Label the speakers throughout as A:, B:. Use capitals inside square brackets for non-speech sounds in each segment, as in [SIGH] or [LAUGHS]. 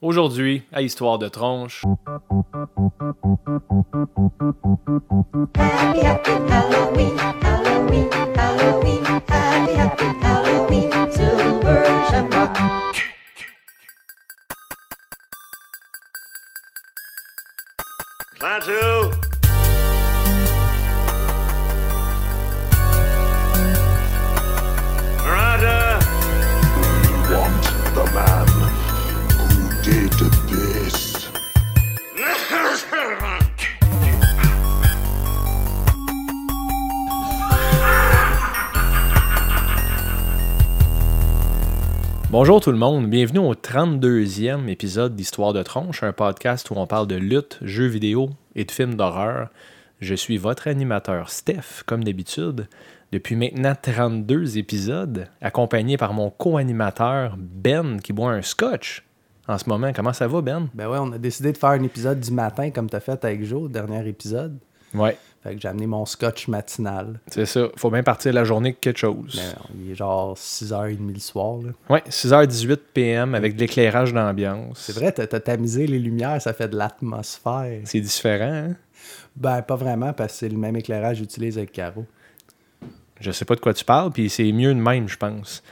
A: Aujourd'hui, à Histoire de tronche.
B: Happy, happy Halloween, Halloween, Halloween, happy, happy Halloween, Silver Shamrock.
C: Plan two. Murata.
D: want the man who did this.
A: Bonjour tout le monde, bienvenue au 32e épisode d'Histoire de tronche, un podcast où on parle de lutte, jeux vidéo et de films d'horreur. Je suis votre animateur Steph, comme d'habitude, depuis maintenant 32 épisodes, accompagné par mon co-animateur Ben qui boit un scotch en ce moment. Comment ça va Ben?
E: Ben ouais, on a décidé de faire un épisode du matin comme t'as fait avec Joe, le dernier épisode.
A: Ouais,
E: Fait que j'ai amené mon scotch matinal.
A: c'est ça, faut bien partir la journée avec quelque chose.
E: Mais non, il est genre 6h30 le soir. là.
A: Ouais, 6h18 PM avec de l'éclairage d'ambiance.
E: C'est vrai, t'as t'as tamisé les lumières, ça fait de l'atmosphère.
A: C'est différent, hein?
E: Ben pas vraiment, parce que c'est le même éclairage que j'utilise avec Caro.
A: Je sais pas de quoi tu parles, puis c'est mieux de même, je pense.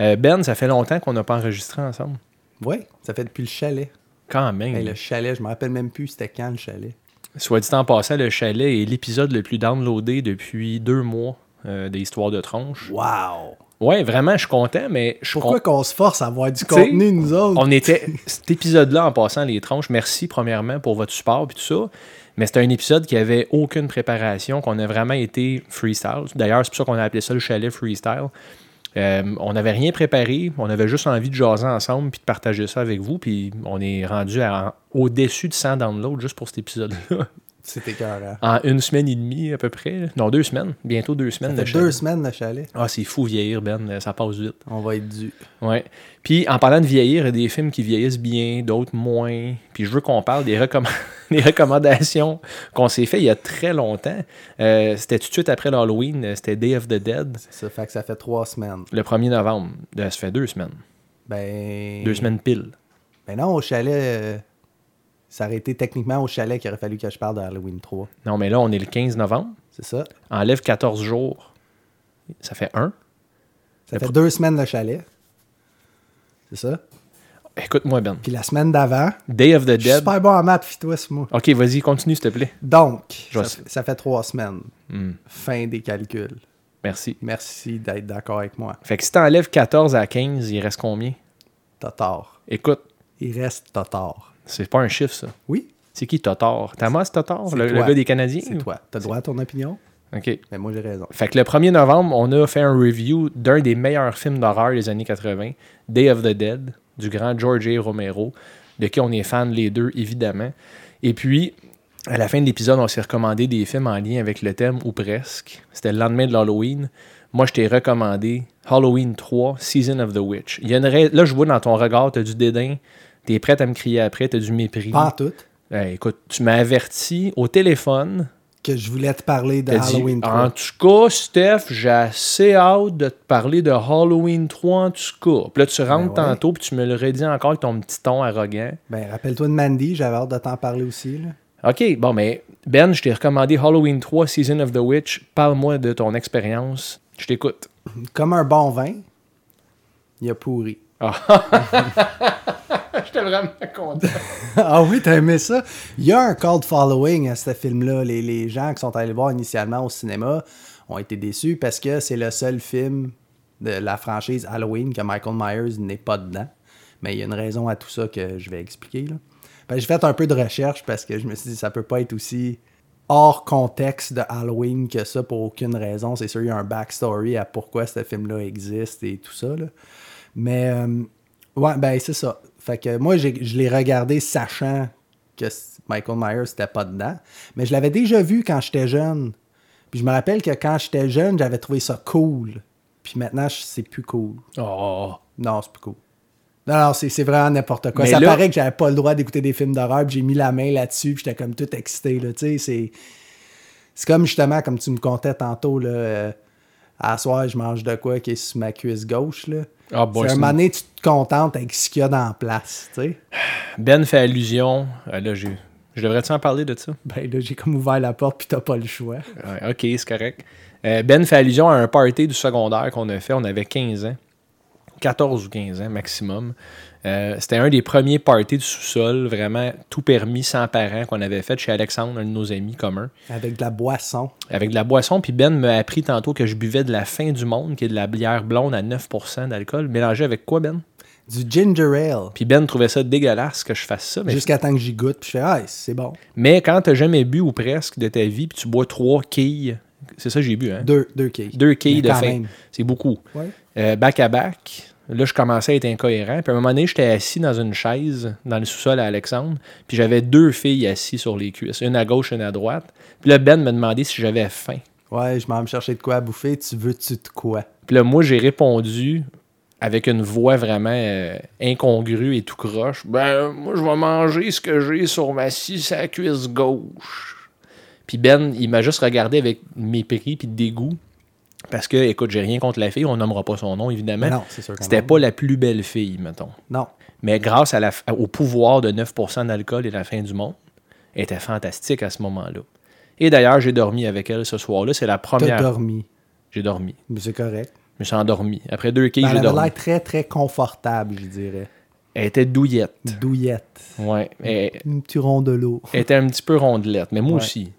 A: Euh, ben, ça fait longtemps qu'on n'a pas enregistré ensemble.
E: Ouais, ça fait depuis le chalet.
A: Quand même.
E: Hey, le chalet, je me rappelle même plus c'était quand le chalet.
A: Soit dit en passant, le chalet est l'épisode le plus downloadé depuis deux mois euh, des histoires de tronche.
E: Wow!
A: Ouais, vraiment, je suis content, mais je suis
E: Pourquoi
A: con-
E: qu'on se force à avoir du
A: Tu sais,
E: contenu, nous autres?
A: On était. Cet épisode-là, en passant les tronches, merci premièrement pour votre support et tout ça. Mais c'était un épisode qui avait aucune préparation, qu'on a vraiment été freestyle. D'ailleurs, c'est pour ça qu'on a appelé ça le chalet freestyle. Euh, on n'avait rien préparé, on avait juste envie de jaser ensemble puis de partager ça avec vous. Puis on est rendu à- au-dessus de 100 downloads juste pour cet épisode-là. [LAUGHS]
E: C'était écœurant.
A: En une semaine et demie à peu près. Non, deux semaines. Bientôt deux semaines. de
E: Ça fait
A: chalet.
E: deux semaines le chalet.
A: Ah, c'est fou vieillir, Ben. Ça passe vite.
E: On va être dû.
A: Ouais. Puis en parlant de vieillir, il y a des films qui vieillissent bien, d'autres moins. Puis je veux qu'on parle des, recomm- [LAUGHS] des recommandations qu'on s'est fait il y a très longtemps. Euh, c'était tout de suite après l'Halloween, euh, c'était Day of the Dead,
E: Ça fait que ça fait trois semaines.
A: le 1er novembre. Euh, ça fait deux semaines.
E: Ben.
A: Deux semaines pile.
E: Ben non, au chalet, euh, ça aurait été techniquement au chalet qu'il aurait fallu que je parle de Halloween 3.
A: Non, mais là, on est le 15 novembre.
E: C'est ça?
A: Enlève 14 jours. Ça fait un.
E: Ça
A: Le
E: fait
A: pr-
E: deux semaines le chalet. C'est ça?
A: Écoute-moi, Ben.
E: Puis la semaine d'avant,
A: Day of the
E: je suis
A: Dead.
E: super bon en maths, fis-toi ce mot.
A: Ok, vas-y, continue, s'il te plaît.
E: Donc,
A: Je Hmm.
E: ça,
A: vais-
E: fait- ça fait trois semaines. Fin des calculs.
A: Merci.
E: Merci d'être d'accord avec moi.
A: Fait que si t'enlèves 14 à 15, il reste combien?
E: T'as tort.
A: Écoute,
E: Il reste t'as tort.
A: c'est pas un chiffre, ça.
E: Oui?
A: C'est qui Totor? Tamas Totor,
E: c'est
A: Oh, le, le
E: toi.
A: gars des Canadiens?
E: C'est toi. T'as droit à ton opinion?
A: OK.
E: Mais moi, j'ai raison.
A: Fait que le 1er novembre, on a fait un review d'un des meilleurs films d'horreur des années 80, Day of the Dead, du grand George A. Romero, de qui on est fan les deux, évidemment. Et puis, à la fin de l'épisode, on s'est recommandé des films en lien avec le thème, ou presque. C'était le lendemain de l'Halloween. Moi, je t'ai recommandé Halloween 3, Season of the Witch. Il y a une ra- Là, je vois dans ton regard, t'as du dédain, t'es prête à me crier après, t'as du mépris.
E: Pas en tout.
A: Eh, écoute, tu m'as averti au téléphone.
E: Que je voulais te parler de
A: T'as dit,
E: Halloween 3.
A: en tout cas, Steph, j'ai assez hâte de te parler de Halloween 3 en tout cas. Puis là, tu rentres
E: Ben ouais.
A: tantôt, puis tu me le redis encore avec ton petit ton arrogant.
E: Ben, rappelle-toi de Mandy, j'avais hâte de t'en parler aussi. Là.
A: OK, bon, mais Ben, je t'ai recommandé Halloween 3, Season of the Witch. Parle-moi de ton expérience. Je t'écoute.
E: comme un bon vin, il a pourri.
A: J'étais vraiment content.
E: [LAUGHS] ah oui, t'as aimé ça? Il y a un cold following à ce film-là. Les, les gens qui sont allés le voir initialement au cinéma ont été déçus parce que c'est le seul film de la franchise Halloween que Michael Myers n'est pas dedans. Mais il y a une raison à tout ça que je vais expliquer. là. Ben, J'ai fait un peu de recherche parce que je me suis dit ça peut pas être aussi hors contexte de Halloween que ça pour aucune raison. C'est sûr, il y a un backstory à pourquoi ce film-là existe et tout ça. là. Mais euh, ouais, ben c'est ça. Fait que moi, j'ai- je l'ai regardé sachant que c- Michael Myers n'était pas dedans. Mais je l'avais déjà vu quand j'étais jeune. Puis je me rappelle que quand j'étais jeune, j'avais trouvé ça cool. Puis maintenant, je- c'est plus cool.
A: Oh,
E: Non, c'est plus cool. Non, non, c'est c'est vraiment n'importe quoi.
A: Mais
E: ça
A: là-
E: paraît que j'avais pas le droit d'écouter des films d'horreur, puis j'ai mis la main là-dessus, puis j'étais comme tout excité, là, tu sais, c'est... C'est comme justement, comme tu me contais tantôt, là, euh, à soir, je mange de quoi qui est sur ma cuisse gauche, là.
A: Ah,
E: C'est
A: boy,
E: un
A: c'est-
E: moment donné, tu te contentes avec ce qu'il y a dans la place, tu sais.
A: Ben fait allusion. Ah, là, j'ai- je devrais-tu en parler de ça?
E: Ben là, j'ai comme ouvert la porte, puis t'as pas le choix.
A: Ouais, ok, c'est correct. Euh, ben fait allusion à un party du secondaire qu'on a fait. On avait 15 ans. 14 ou 15 ans maximum. Euh, C'était un des premiers parties du sous-sol, vraiment tout permis, sans parents, qu'on avait fait chez Alexandre, un de nos amis communs.
E: Avec de la boisson.
A: avec de la boisson. Puis Ben m'a appris tantôt que je buvais de la fin du monde, qui est de la bière blonde à 9% d'alcool, mélangée avec quoi, Ben?
E: Du ginger ale.
A: Puis Ben trouvait ça dégueulasse que je fasse ça. Mais,
E: Jusqu'à temps que j'y goûte, puis je fais, ah, c'est bon.
A: mais quand t'as jamais bu ou presque de ta vie, puis tu bois trois quilles, c'est ça que j'ai bu, hein?
E: Deux, deux quilles.
A: Deux quilles
E: Mais
A: de
E: quand
A: fin.
E: même.
A: C'est beaucoup.
E: Ouais.
A: Euh, back à back, là, je commençais à être incohérent. Puis à un moment donné, j'étais assis dans une chaise dans le sous-sol à Alexandre. Puis j'avais deux filles assises sur les cuisses, une à gauche, une à droite. Puis là, Ben me demandait si j'avais faim.
E: Ouais, je m'en vais me chercher de quoi à bouffer. Tu veux-tu de quoi?
A: Puis là, moi, j'ai répondu avec une voix vraiment euh, incongrue et tout croche. Ben, moi, je vais manger ce que j'ai sur ma scie à la cuisse gauche. Puis Ben, il m'a juste regardé avec mépris puis dégoût. Parce que, écoute, j'ai rien contre la fille, on nommera pas son nom, évidemment.
E: Mais non, c'est sûr que
A: C'était
E: non.
A: pas la plus belle fille, mettons.
E: Non.
A: Mais grâce à la, au pouvoir de 9% d'alcool et la fin du monde, elle était fantastique à ce moment-là. Et d'ailleurs, j'ai dormi avec elle ce soir-là. C'est la
E: T'as
A: première.
E: dormi.
A: J'ai dormi.
E: Mais c'est correct.
A: Je me suis endormi. Après deux quilles,
E: Ben, elle
A: j'ai
E: avait
A: dormi.
E: l'air très, très confortable, je dirais.
A: Elle était douillette.
E: Douillette.
A: Ouais. Elle,
E: Une petite ronde de l'eau.
A: elle était un petit peu rondelette, mais moi
E: Ouais.
A: aussi,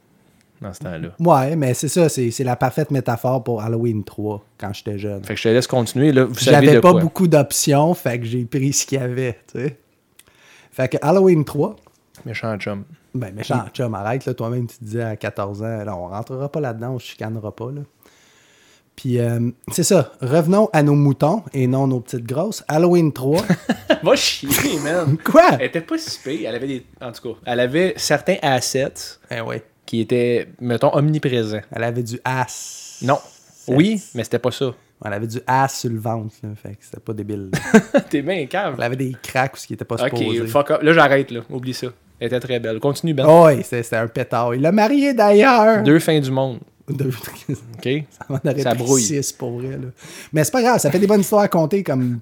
A: dans ce temps-là.
E: Ouais, mais c'est ça, c'est c'est la parfaite métaphore pour Halloween 3 quand j'étais jeune.
A: Fait que je te laisse continuer. Là, vous savez de
E: J'avais pas
A: quoi.
E: beaucoup d'options, fait que j'ai pris ce qu'il y avait, tu sais. Fait que Halloween 3,
A: Méchant chum.
E: ben
A: Mm.
E: méchant chum, arrête, là, toi-même, tu te disais à 14 ans, là, on rentrera pas là-dedans, on se chicanera pas, là. Puis, euh, c'est ça, revenons à nos moutons et non nos petites grosses. Halloween 3,
A: [LAUGHS] [LAUGHS] Va chier, man.
E: [LAUGHS] quoi?
A: Elle était pas si pire. Elle avait des. En tout cas, elle avait certains assets
E: Eh ouais,
A: qui étaient, mettons, omniprésents.
E: elle avait du ass.
A: Non.
E: Sept.
A: Oui, mais c'était pas ça.
E: Elle avait du ass sur le ventre, là, fait que c'était pas débile. là.
A: [LAUGHS] T'es bien
E: elle
A: cave.
E: avait des cracks ou ce qui était pas supposé.
A: Ok, fuck up. Là, j'arrête, là. Oublie ça. Elle était très belle. Continue, Ben.
E: Oh, ouais, c'est- c'était un pétard. Il l'a marié d'ailleurs.
A: Deux fins du monde.
E: [LAUGHS] Deux-
A: OK?
E: On aurait
A: Ça
E: pris
A: brouille.
E: six, pour vrai. là. Mais c'est pas grave, ça fait des bonnes histoires à compter comme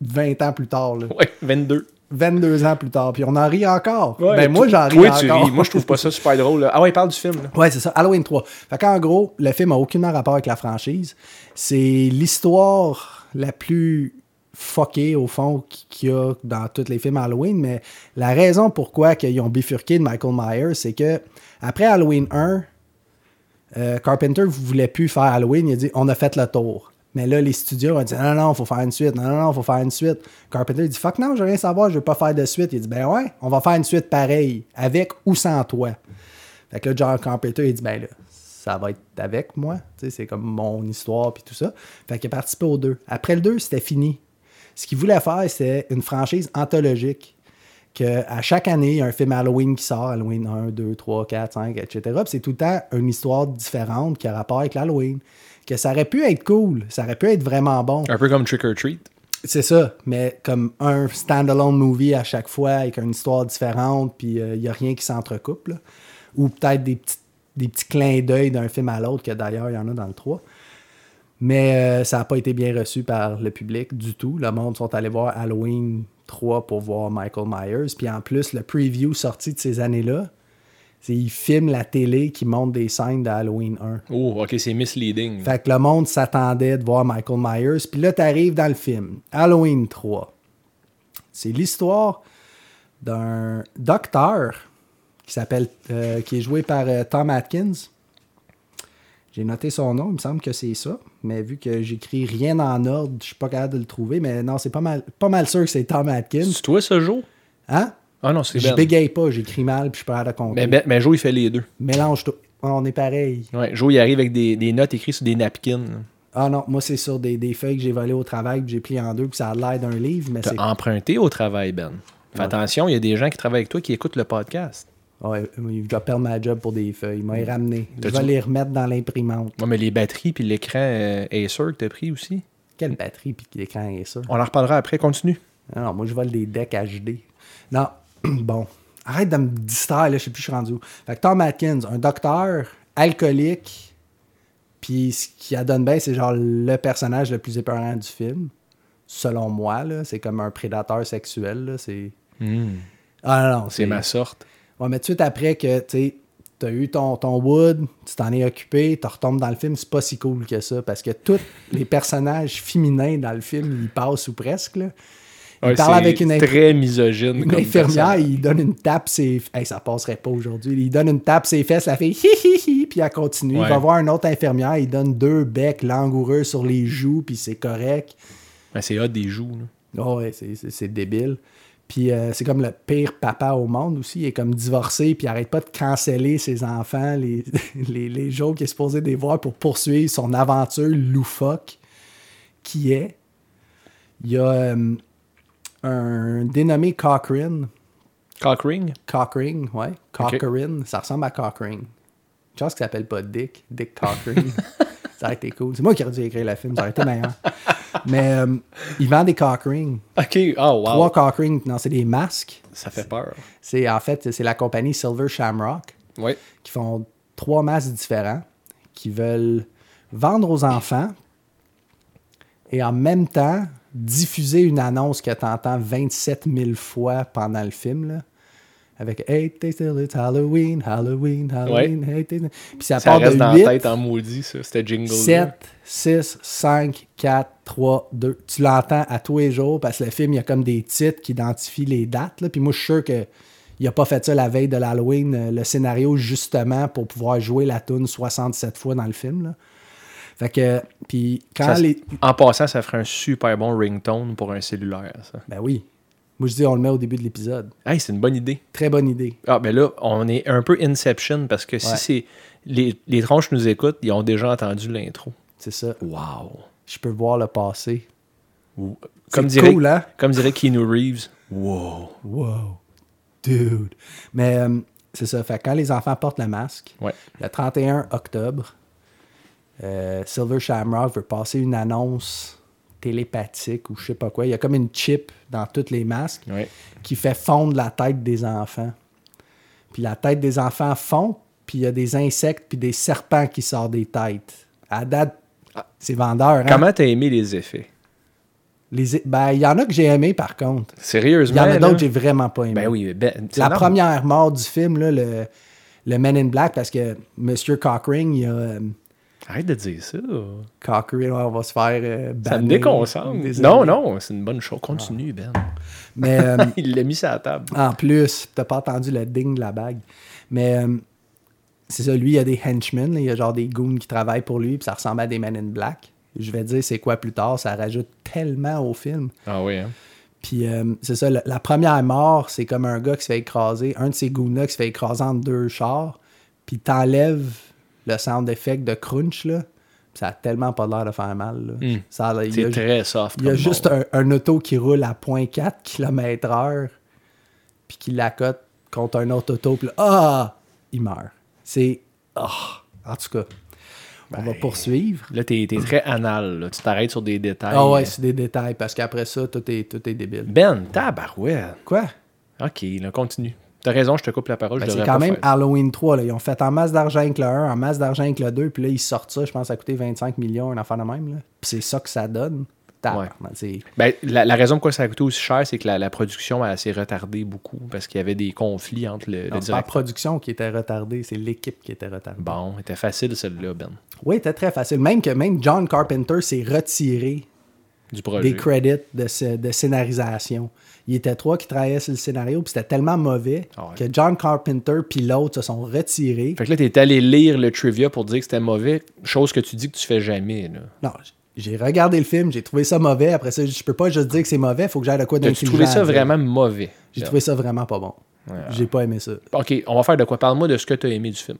E: 20 ans plus tard. là.
A: Ouais, 22.
E: 22 ans plus tard. Puis on en rit encore.
A: Ouais,
E: ben, moi,
A: toi-
E: j'en ris
A: toi,
E: encore.
A: tu ris. Moi, je trouve pas ça super drôle. là. Ah ouais, parle du film, là.
E: Ouais, c'est ça. Halloween 3. Fait qu'en gros, le film a aucunement rapport avec la franchise. C'est l'histoire la plus fuckée, au fond, qui- qu'il y a dans tous les films Halloween. Mais la raison pourquoi qu'ils ont bifurqué de Michael Myers, c'est que après Halloween 1, euh, Carpenter voulait plus faire Halloween. Il a dit on a fait le tour. Mais là, les studios ont dit non, non, faut faire une suite. Non, non, non, faut faire une suite. Carpenter il dit fuck non, je veux rien savoir, je veux pas faire de suite. Il dit ben ouais, on va faire une suite pareille, avec ou sans toi. Fait que là, John Carpenter, il dit ben là, ça va être avec moi. Tu sais, c'est comme mon histoire puis tout ça. Fait qu'il a participé aux deux. Après le 2, c'était fini. Ce qu'il voulait faire, c'était une franchise anthologique. Que à chaque année, il y a un film Halloween qui sort, Halloween 1, 2, 3, 4, 5, etc. Puis c'est tout le temps une histoire différente qui a rapport avec l'Halloween. Que ça aurait pu être cool, ça aurait pu être vraiment bon.
A: Un peu comme Trick or Treat.
E: C'est ça, mais comme un standalone movie à chaque fois avec une histoire différente, puis il n'y a rien qui s'entrecoupe. là. Ou peut-être des petits, des petits clins d'œil d'un film à l'autre, que d'ailleurs il y en a dans le 3. Mais euh, ça n'a pas été bien reçu par le public du tout. Le monde sont allés voir Halloween 3 pour voir Michael Myers. Puis en plus, le preview sorti de ces années-là, c'est ils filment la télé qui montre des scènes de Halloween 1.
A: Oh, OK, c'est misleading.
E: Fait que le monde s'attendait de voir Michael Myers. Puis là, t'arrives dans le film, Halloween 3. C'est l'histoire d'un docteur qui s'appelle, euh, qui est joué par euh, Tom Atkins. J'ai noté son nom, il me semble que c'est ça. Mais vu que j'écris rien en ordre, je suis pas capable de le trouver. Mais non, c'est pas mal, pas mal sûr que c'est Tom Atkins.
A: C'est toi, ce jour?
E: Hein?
A: Ah non, c'est
E: Je
A: Ben.
E: bégaye pas, j'écris mal, puis je suis pas capable de compter.
A: Mais, ben, mais Joe, il fait les deux.
E: Mélange tout. On est pareil.
A: Ouais, Joe, il arrive avec des, des notes écrites sur des napkins. là.
E: Ah non, moi c'est sur des, des feuilles que j'ai volées au travail, que j'ai pliées en deux, puis ça a l'air d'un livre, mais c'est.
A: T'as emprunté au travail, Ben. Fais attention, il y a des gens qui travaillent avec toi qui écoutent le podcast.
E: Ouais, je vais perdre ma job pour des feuilles. Il m'a ramené. Je
A: T'as-tu-
E: vais les remettre dans l'imprimante.
A: Ouais, mais les batteries puis l'écran euh, Acer que t'as pris aussi.
E: Quelle batterie, puis l'écran est ça. Ah
A: On en reparlera après, continue.
E: Non, non, moi je vole des decks HD. Non, [CLEARS THROAT] bon. Arrête de me distraire, là, je sais plus, je suis rendu où. Fait que Tom Atkins, un docteur alcoolique, puis ce qui adonne bien, c'est genre le personnage le plus épeurant du film. selon moi, là, c'est comme un prédateur sexuel. là, C'est. Ah non, non,
A: Hmm. C'est ma sorte.
E: Ouais, mais tout de suite après que tu as eu ton, ton Wood, tu t'en es occupé, tu retombes dans le film, c'est pas si cool que ça parce
A: [LAUGHS]
E: que tous les personnages féminins dans le film, ils passent ou presque. là. Il
A: Ouais,
E: parle
A: c'est
E: avec une, inf-
A: très misogyne.
E: une
A: [LAUGHS] comme
E: infirmière,
A: personne.
E: il donne une tape, c'est. Hey, ça passerait pas aujourd'hui. Il donne une tape, ses fesses, la fille, hi hi hi, puis elle continue. Il
A: Ouais.
E: va voir une autre infirmière, il donne deux becs langoureux sur les joues, puis c'est correct.
A: Ouais, Ben, c'est hot des joues. là.
E: Ah ouais, c'est- c'est c'est débile. Puis euh, c'est comme le pire papa au monde aussi. Il est comme divorcé, puis il arrête pas de canceller ses enfants, les, [LAUGHS] les, les jours qu'il est supposé les voir pour poursuivre son aventure loufoque qui est. Il y a euh, un dénommé Cochrane.
A: Cockring?
E: Cochrane, ouais. Cochrane, ça ressemble à Cochrane. Je pense qu'il s'appelle pas Dick. Dick Cochrane. ça aurait été cool. C'est moi qui aurais dû écrire le film, ça aurait été meilleur. Mais euh, il vend des Cochrane.
A: Ok, oh wow.
E: Trois Cochrane, non, c'est des masques.
A: Ça fait peur.
E: C'est en fait, c'est la compagnie Silver Shamrock
A: Ouais.
E: qui font trois masques différents qui veulent vendre aux enfants et en même temps diffuser une annonce que tu entends 27 000 fois pendant le film là, avec Hey, taste till it's Halloween, Halloween, Halloween, hey, taste it. Puis ça,
A: Ça
E: part
A: reste
E: de
A: dans
E: 8,
A: la tête en maudit, ça. C'était jingle.
E: 7, 6, 5, 4, 3, 2. Tu l'entends à tous les jours parce que le film, il y a comme des titres qui identifient les dates. Là. Puis moi, je suis sûr que il a pas fait ça la veille de l'Halloween, euh, le scénario, justement, pour pouvoir jouer la toune 67 fois dans le film. là. Fait que, puis quand les...
A: En passant, ça ferait un super bon ringtone pour un cellulaire, ça.
E: Ben oui. Moi, je dis, on le met au début de l'épisode.
A: Hey, c'est une bonne idée.
E: Très bonne idée.
A: Ah, ben là, on est un peu Inception parce que
E: Ouais.
A: si c'est. Les, les tronches nous écoutent, ils ont déjà entendu l'intro.
E: C'est ça.
A: Wow.
E: Je peux voir le passé.
A: Ou-
E: C'est
A: Comme dirait,
E: cool, hein?
A: comme dirait Keanu
E: [LAUGHS]
A: Reeves. Wow.
E: Wow. Dude. Mais euh, c'est ça. Fait que quand les enfants portent le masque,
A: Ouais.
E: le 31 octobre, euh, Silver Shamrock veut passer une annonce télépathique ou je sais pas quoi. Il y a comme une chip dans tous les masques
A: Ouais.
E: qui fait fondre la tête des enfants. Puis la tête des enfants fond, puis il y a des insectes puis des serpents qui sortent des têtes. À date, c'est vendeur. hein?
A: Ah. Comment t'as aimé les effets?
E: Les- ben, il y en a que j'ai aimé par contre. Il y
A: Sérieusement.
E: en a
A: là?
E: d'autres que j'ai vraiment pas aimé.
A: Ben oui, ben, c'est
E: la
A: énorme.
E: première mort du film, là, le, le Men in Black, parce que Monsieur Cochran, il y a. euh,
A: Arrête de dire ça.
E: Cochran, ouais, on va se faire. euh,
A: Ça me
E: banner.
A: déconcentre.
E: Désolé. Ah.
A: Non, non, c'est une bonne chose. Continue, Ben.
E: Mais
A: [LAUGHS]
E: euh,
A: Il l'a mis sur la table.
E: en plus, t'as pas entendu le ding de la bague. Mais euh, c'est ça, lui, il y a des henchmen, là, il y a genre des goons qui travaillent pour lui, puis ça ressemble à des Men in Black. Je vais te dire c'est quoi plus tard, ça rajoute tellement au film.
A: Ah oui, hein?
E: Puis euh, c'est ça, le- la première mort, c'est comme un gars qui se fait écraser, un de ces goons-là qui se fait écraser entre deux chars, puis t'enlèves le sound effect de crunch, là, puis ça a tellement pas l'air de faire mal. là. Ça a l'air- il y
A: Hmm. C'est
E: a-
A: très soft.
E: Il y a
A: comme
E: juste
A: monde.
E: un, un auto qui roule à 0.4 km/h, puis qui l'accote contre un autre auto, puis là, ah, il meurt. C'est. ah, en tout cas, on
A: Ben,
E: va poursuivre.
A: Là, t'es t'es très anal. là. Tu t'arrêtes sur des détails.
E: Ah ouais, c'est des détails, parce qu'après ça, tout est, tout est débile.
A: Ben, tabarouette.
E: Quoi?
A: OK, là, continue. T'as raison, je te coupe la parole.
E: Ben,
A: je
E: c'est
A: devrais
E: quand
A: pas
E: même
A: faire ça.
E: Halloween 3. Là. Ils ont fait en masse d'argent avec le 1, en masse d'argent avec le 2, puis là, ils sortent ça. Je pense que ça a coûté 25 millions, un enfant de même. là. Puis c'est ça que ça donne. Tabarnak, c'est-
A: Ben, la, la raison pourquoi ça a coûté aussi cher, c'est que la, la production elle, s'est retardée beaucoup parce qu'il y avait des conflits entre le, le
E: Non, C'est la
A: directeur.
E: production qui était retardée, c'est l'équipe qui était retardée.
A: Bon, c'était facile celle-là, Ben,
E: Oui, c'était très facile. Même que même John Carpenter s'est retiré
A: du projet.
E: des credits de, ce- de scénarisation. Il était trois qui travaillaient sur le scénario, puis c'était tellement mauvais
A: Ah ouais.
E: que John Carpenter puis l'autre se sont retirés.
A: Fait que là, t'es allé lire le trivia pour dire que c'était mauvais, chose que tu dis que tu fais jamais. Là.
E: Non, j'ai regardé le film, j'ai trouvé ça mauvais. Après ça, je peux pas juste dire que c'est mauvais, faut que j'aille de quoi
A: T'as-tu
E: d'intelligent
A: trouvé
E: à
A: ça
E: dire.
A: vraiment mauvais?
E: J'ai
A: Ben.
E: trouvé ça vraiment pas bon. J'ai pas aimé ça.
A: OK, on va faire de quoi? Parle-moi de ce que t'as aimé du film.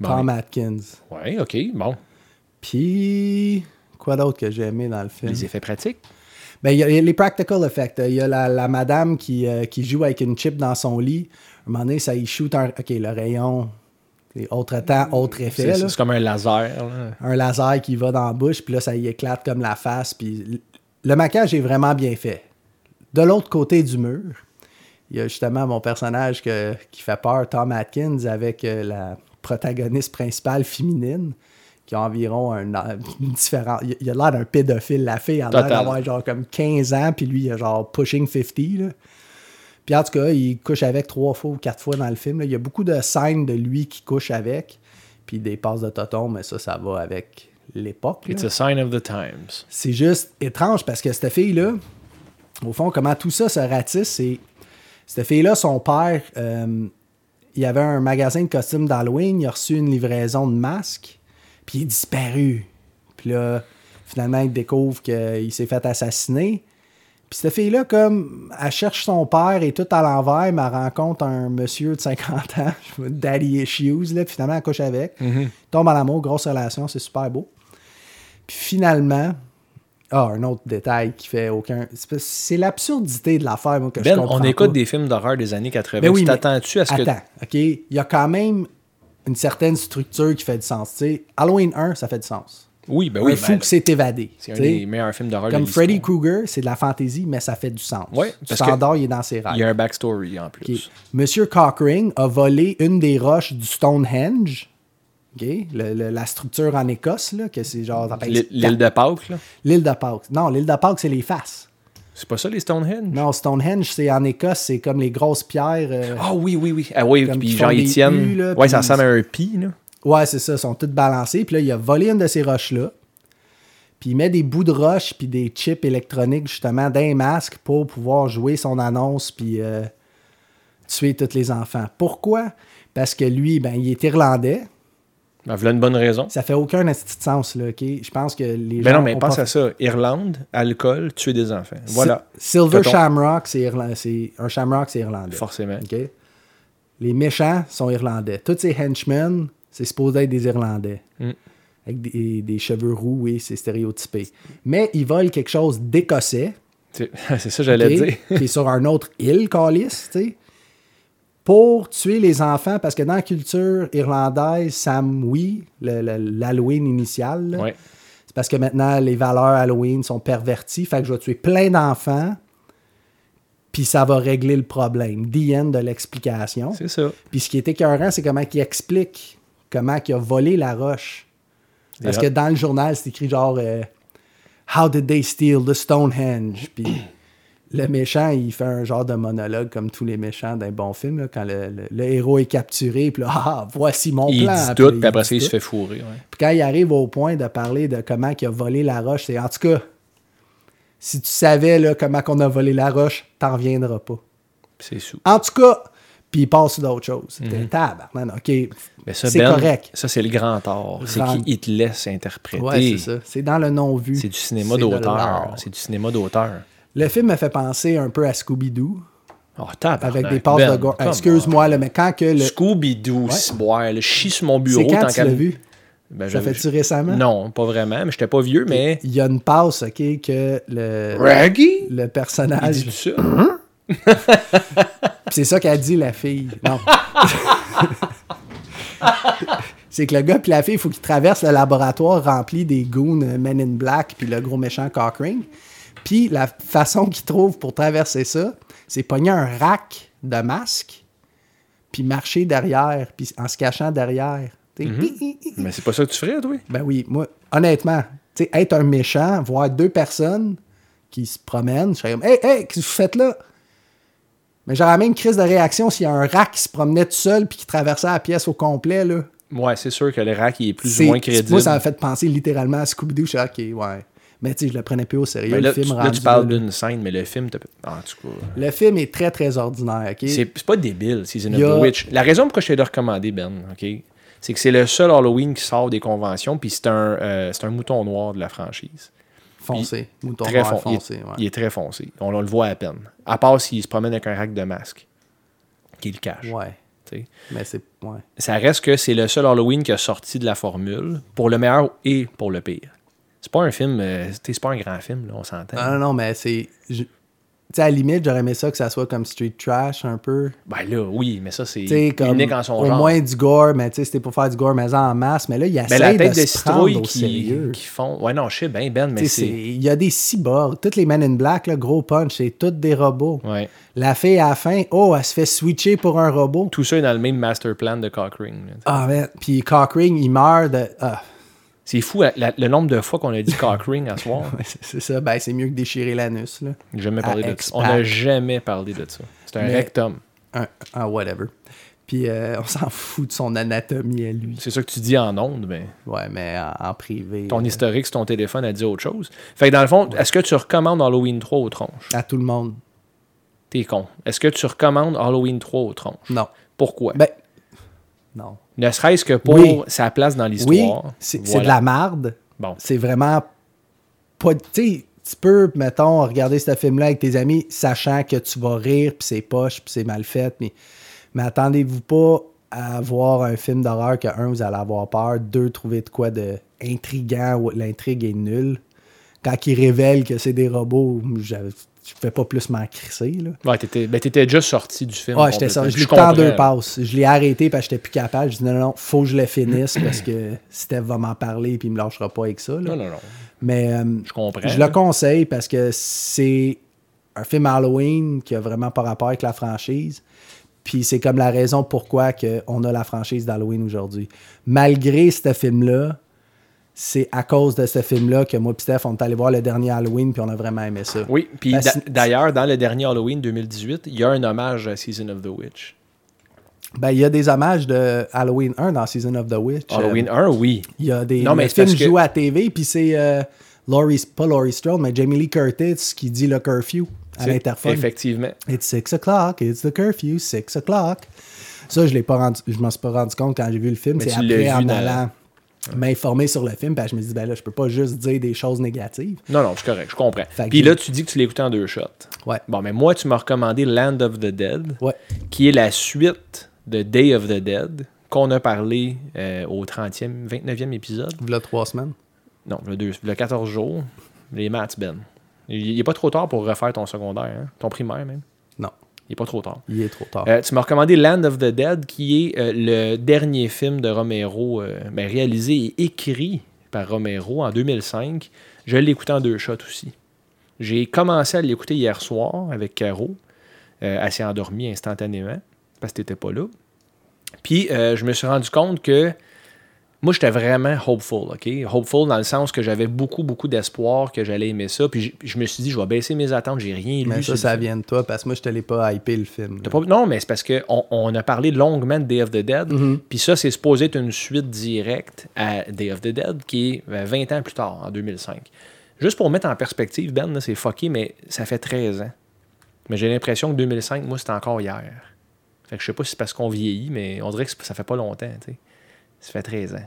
A: Bon,
E: Tom Atkins.
A: Ouais, OK, bon.
E: Puis, quoi d'autre que j'ai aimé dans le film?
A: Les effets pratiques.
E: Ben, il y a les practical effects. Il y a la, la madame qui, euh, qui joue avec une chip dans son lit. À un moment donné, ça y shoot un... OK, le rayon, c'est autre temps, autre effet.
A: C'est
E: là.
A: c'est comme un laser. là.
E: euh, un laser qui va dans la bouche, puis là, ça y éclate comme la face. Puis l- le maquillage est vraiment bien fait. De l'autre côté du mur, il y a justement mon personnage que- qui fait peur, Tom Atkins, avec euh, la protagoniste principale féminine. qui a environ un an- différent. Il il a l'air d'un pédophile, la fille a l'air
A: Total.
E: d'avoir genre comme 15 ans, puis lui, il a genre pushing 50. Là. Puis en tout cas, il couche avec trois fois ou quatre fois dans le film. là. Il y a beaucoup de scènes de lui qui couche avec, puis des passes de toton, mais ça, ça va avec l'époque. là.
A: It's a sign of the times.
E: C'est juste étrange parce que cette fille-là, au fond, comment tout ça se ratisse, c'est. Cette fille-là, son père, euh, il avait un magasin de costumes d'Halloween, il a reçu une livraison de masques, puis il est disparu. Puis là, finalement, il découvre qu'il s'est fait assassiner. Puis cette fille-là, comme, elle cherche son père et tout à l'envers, mais elle rencontre un monsieur de 50 ans, [LAUGHS] je sais pas, daddy issues, là, puis finalement, elle couche avec.
A: Mm-hmm.
E: Tombe en amour, grosse relation, c'est super beau. Puis finalement, ah, un autre détail qui fait aucun. c'est parce- C'est l'absurdité de l'affaire, moi, que je
A: Ben,
E: comprends.
A: on écoute
E: pas.
A: des films d'horreur des années 80.
E: Ben oui,
A: Eh tu
E: mais-
A: t'attends-tu à ce que.
E: Attends, OK? Il y a quand même une certaine structure qui fait du sens. tu sais. Halloween 1, ça fait du sens.
A: Oui, ben
E: Un
A: oui.
E: fou
A: ben,
E: qui s'est évadé.
A: c'est un
E: tu sais.
A: des meilleurs films d'horreur de
E: Comme
A: l'histoire.
E: Freddy Krueger, c'est de la fantaisie, mais ça fait du sens.
A: Ouais,
E: tu
A: parce que-
E: t'endors, il est dans ses rêves.
A: Il y a un backstory en plus.
E: Ok. Monsieur Cockring a volé une des roches du Stonehenge. ok, le- le- la structure en Écosse, là, que Ben, c'est genre. ça fait-
A: L'île l'île de Pâques, là.
E: L'île de Pâques. Non, l'île de Pâques, c'est les faces.
A: C'est pas ça les Stonehenge?
E: Non, Stonehenge, c'est en Écosse, c'est comme les grosses pierres. euh,
A: Ah oui, oui, oui. Ah oui,
E: Comme
A: puis
E: qu'ils font
A: genre
E: des
A: ils tiennent.
E: U, là,
A: ouais,
E: puis
A: ça
E: ils-
A: ressemble à un pi, là.
E: Ouais, c'est ça, sont toutes balancées. Puis là, il a volé une de ces roches-là. Puis il met des bouts de roche puis des chips électroniques, justement, d'un masque pour pouvoir jouer son annonce puis euh, tuer tous les enfants. Pourquoi? Parce que lui, ben, il est irlandais.
A: Ben, voilà une bonne raison.
E: Ça fait aucun esti de sens, là, OK? Je pense que les gens...
A: Ben non, mais
E: ont
A: pense
E: pas-
A: à ça. Irlande, alcool, tuer des enfants. Voilà.
E: Si- Silver
A: Coton.
E: Shamrock, c'est Irla- c'est- un Shamrock, c'est irlandais.
A: Forcément.
E: OK? Les méchants sont irlandais. Tous ces henchmen, c'est supposé être des Irlandais.
A: Mm.
E: Avec des, des cheveux roux, oui, c'est stéréotypé. Mais ils volent quelque chose d'écossais,
A: C'est [LAUGHS] c'est ça que j'allais
E: OK?
A: dire.
E: qui est sur un autre île, Calis, tu sais, pour tuer les enfants, parce que dans la culture irlandaise, Sam, oui, le- le- l'Halloween initial, là,
A: Ouais.
E: c'est parce que maintenant, les valeurs Halloween sont perverties. Fait que je vais tuer plein d'enfants. Puis ça va régler le problème. The end de l'explication.
A: C'est ça.
E: Puis ce qui est écœurant, c'est comment il explique comment il a volé la roche. Parce
A: Yeah.
E: que dans le journal, c'est écrit genre euh, How did they steal the Stonehenge? Puis le méchant, il fait un genre de monologue comme tous les méchants d'un bon film, là, quand le, le- le héros est capturé. Puis là, ah, voici mon
A: Il
E: plan.
A: dit tout,
E: là,
A: puis après ça,
E: dit
A: il se
E: tout.
A: fait fourrer. ouais.
E: Puis quand il arrive au point de parler de comment il a volé la roche, c'est en tout cas, si tu savais là, comment on a volé la roche, t'en reviendras pas.
A: Puis C'est sous.
E: En tout cas, puis il passe sur d'autres choses. T'es tabarnak, ok.
A: Mhm. Mais ça,
E: C'est
A: Ben,
E: correct.
A: Ça, c'est le grand art. C'est
E: Grand-
A: qu'il te laisse interpréter.
E: Ouais, c'est ça. C'est dans le non-vu.
A: C'est du cinéma
E: C'est de
A: d'auteur.
E: l'art.
A: C'est du cinéma d'auteur.
E: Le film me fait penser un peu à Scooby-Doo,
A: Oh,
E: avec
A: tabarnak,
E: des passes
A: Ben,
E: de gore.
A: come
E: Excuse-moi, là, mais quand que
A: on.
E: le.
A: Scooby-Doo, ciboire, le chie sur mon bureau.
E: C'est quand
A: tant
E: tu
A: qu'à-
E: l'as vu?
A: Ben,
E: Ça
A: je-
E: fait-tu récemment?
A: Non, pas vraiment. Mais j'étais pas vieux, mais.
E: Il y a une passe, ok, que le,
A: Raggy?
E: le
A: Il
E: personnage.
A: dit tout ça.
E: Pis c'est ça qu'a dit la fille. Non. [LAUGHS] c'est que le gars puis la fille, il faut qu'ils traversent le laboratoire rempli des goons euh, Men in Black puis le gros méchant Cockring. Puis la façon qu'ils trouvent pour traverser ça, c'est pogner un rack de masques puis marcher derrière, puis en se cachant derrière. T'sais, hi, hi, hi, hi.
A: Mais c'est pas ça que tu ferais, toi?
E: Ben oui, moi, honnêtement, tu sais, être un méchant, voir deux personnes qui se promènent, je serais comme, hey, hey, qu'est-ce que vous faites là? Mais j'aurais la même crise de réaction s'il y a un rat qui se promenait tout seul puis qui traversait la pièce au complet, là.
A: Ouais, c'est sûr que le rack, il est plus
E: C'est-
A: ou moins crédible.
E: Moi, ça m'a fait penser littéralement à Scooby-Doo. Je suis ok, ouais. Mais tu sais, je le prenais plus au sérieux.
A: Ben là,
E: le film
A: tu, là,
E: rendu
A: tu parles
E: là,
A: d'une scène, mais le film, t'as- en tout cas,
E: Le film est très, très ordinaire, ok?
A: c'est c'est pas débile, Season
E: Il y a-
A: of the Witch. La raison pourquoi je t'ai recommandé, Ben, ok, c'est que c'est le seul Halloween qui sort des conventions, puis c'est un, euh, c'est un mouton noir de la franchise.
E: foncé. Mouton
A: Très
E: noir
A: fon- il est-
E: foncé, ouais.
A: Il est très foncé. On, on le voit à peine. À part s'il se promène avec un rack de masque, qu'il cache.
E: Ouais.
A: tu sais.
E: Mais c'est. Ouais.
A: ça reste que c'est le seul Halloween qui a sorti de la formule, pour le meilleur et pour le pire. C'est pas un film, euh, tu sais, c'est pas un grand film, là, on s'entend.
E: Non, non, non, mais c'est. je- Tu sais, à la limite, j'aurais aimé ça que ça soit comme Street Trash un peu.
A: Ben là, oui, mais ça, c'est
E: Tu sais, comme
A: unique en son
E: au
A: genre.
E: moins du gore, mais tu sais, c'était pour faire du gore, mais en masse. Mais là, il
A: Ben,
E: essaie
A: la tête
E: de,
A: de
E: se prendre
A: citrouille
E: au
A: qui,
E: sérieux.
A: qui font. Ouais, non, je sais bien, Ben,
E: Tu sais,
A: mais
E: c'est-
A: c'est.
E: Il y a des cyborgs. Toutes les Men in Black, le gros punch, c'est toutes des robots.
A: Ouais.
E: La fille, à la fin, oh, elle se fait switcher pour un robot.
A: Tout ça est dans le même master plan de Cockring. là.
E: Ah, [LAUGHS] man. Puis Cockring, il meurt de. ah.
A: C'est fou la- la- le nombre de fois qu'on a dit cock ring à
E: [LAUGHS]
A: soir.
E: Ouais, c'est c'est ça, ben, c'est mieux que déchirer l'anus. Là.
A: Jamais
E: À
A: parlé de ça.
E: expat.
A: On n'a jamais parlé de ça. C'est un
E: Mais-
A: rectum.
E: Un, un whatever. Puis euh, on s'en [LAUGHS] fout de son anatomie à lui.
A: C'est ça que tu dis en ondes, mais
E: Ouais, mais en, en privé.
A: ton
E: euh,
A: historique sur ton téléphone a dit autre chose. Fait que dans le fond, est-ce que tu recommandes Halloween 3 aux tronches?
E: À tout le monde.
A: T'es con. Est-ce que tu recommandes Halloween 3 aux tronches?
E: Non.
A: Pourquoi?
E: Ben. Non.
A: ne serait-ce que pour
E: Oui.
A: sa place dans
E: Oui,
A: l'histoire.
E: c'est c'est
A: Voilà.
E: de la marde.
A: Bon.
E: C'est vraiment pas. Tu sais, tu peux, mettons, regarder ce film-là avec tes amis, sachant que tu vas rire, puis c'est poche, puis c'est mal fait. Mais, mais attendez-vous pas à voir un film d'horreur que, un, vous allez avoir peur, deux, trouver de quoi de intriguant ou l'intrigue est nulle. Quand ils révèlent que c'est des robots, je je fais pas plus m'en crisser, là.
A: Ouais, t'étais, ben, t'étais déjà sorti du film.
E: Ouais, j'étais sorti. Je l'ai coupé en deux passes. Je l'ai arrêté parce que j'étais plus capable. Je dis non, non, non, faut que je le finisse parce que Steph va m'en parler et il me lâchera pas avec ça. là.
A: Non, non, non.
E: Mais euh,
A: Je comprends.
E: je le conseille parce que c'est un film Halloween qui a vraiment pas rapport avec la franchise. Puis c'est comme la raison pourquoi que on a la franchise d'Halloween aujourd'hui. Malgré ce film-là, c'est à cause de ce film-là que moi et Steph, on est allé voir le dernier Halloween puis on a vraiment aimé ça.
A: Oui, puis
E: Ben,
A: d'a-
E: c'est-
A: d'ailleurs, dans le dernier Halloween 2018, il y a un hommage à Season of the Witch.
E: Ben, il y a des hommages de Halloween 1 dans Season of the Witch. Euh,
A: Halloween 1, oui.
E: Il y a des
A: Non, mais
E: le
A: c'est
E: film
A: parce que-
E: joue à TV, puis c'est euh, Laurie, pas Laurie Strode, mais Jamie Lee Curtis qui dit le curfew à
A: C'est-
E: l'interphone.
A: Effectivement.
E: It's 6 o'clock, it's the curfew, 6 o'clock. Ça, je l'ai pas rendu, je m'en suis pas rendu compte quand j'ai vu le film.
A: Mais
E: C'est
A: tu l'as
E: après
A: vu
E: en
A: dans-
E: allant m'informer sur le film, puis je me dis ben là, je peux pas juste dire des choses négatives.
A: Non, non, c'est correct, je comprends.
E: Fait que
A: Puis
E: j'ai-
A: là, tu dis que tu l'écoutais en deux shots.
E: Ouais.
A: Bon, mais moi, tu m'as recommandé Land of the Dead,
E: Ouais.
A: qui est la suite de Day of the Dead, qu'on a parlé euh, au 30e, 29e épisode.
E: V'là trois semaines.
A: Non, le, deux, le 14 jours, les maths, Ben. Il n'est pas trop tard pour refaire ton secondaire, hein? ton primaire même.
E: Non,
A: Il n'est pas trop tard.
E: il est trop tard.
A: Euh, tu m'as recommandé Land of the Dead, qui est euh, le dernier film de Romero, euh, ben, réalisé et écrit par Romero en 2005. Je l'ai écouté en deux shots aussi. J'ai commencé à l'écouter hier soir avec Caro. Euh, elle s'est endormie instantanément parce que t'étais pas là. Puis euh, je me suis rendu compte que moi, j'étais vraiment hopeful, OK? Hopeful dans le sens que j'avais beaucoup, beaucoup d'espoir que j'allais aimer ça. Puis j- je me suis dit, je vais baisser mes attentes, j'ai rien
E: mais
A: lu.
E: ça,
A: sur
E: ça
A: le-
E: vient de toi, parce que moi, je te l'ai pas hypé le film.
A: T'as pas- Non, mais c'est parce qu'on on a parlé longuement de Day of the Dead,
E: Mhm.
A: puis ça, c'est supposé être une suite directe à Day of the Dead, qui est euh, 20 ans plus tard, en 2005. Juste pour mettre en perspective, Ben, là, c'est fucké, mais ça fait 13 ans. Mais j'ai l'impression que 2005, moi, c'était encore hier. Fait que je sais pas si c'est parce qu'on vieillit, mais on dirait que c'est- ça fait pas longtemps, tu sais. Ça fait 13 ans.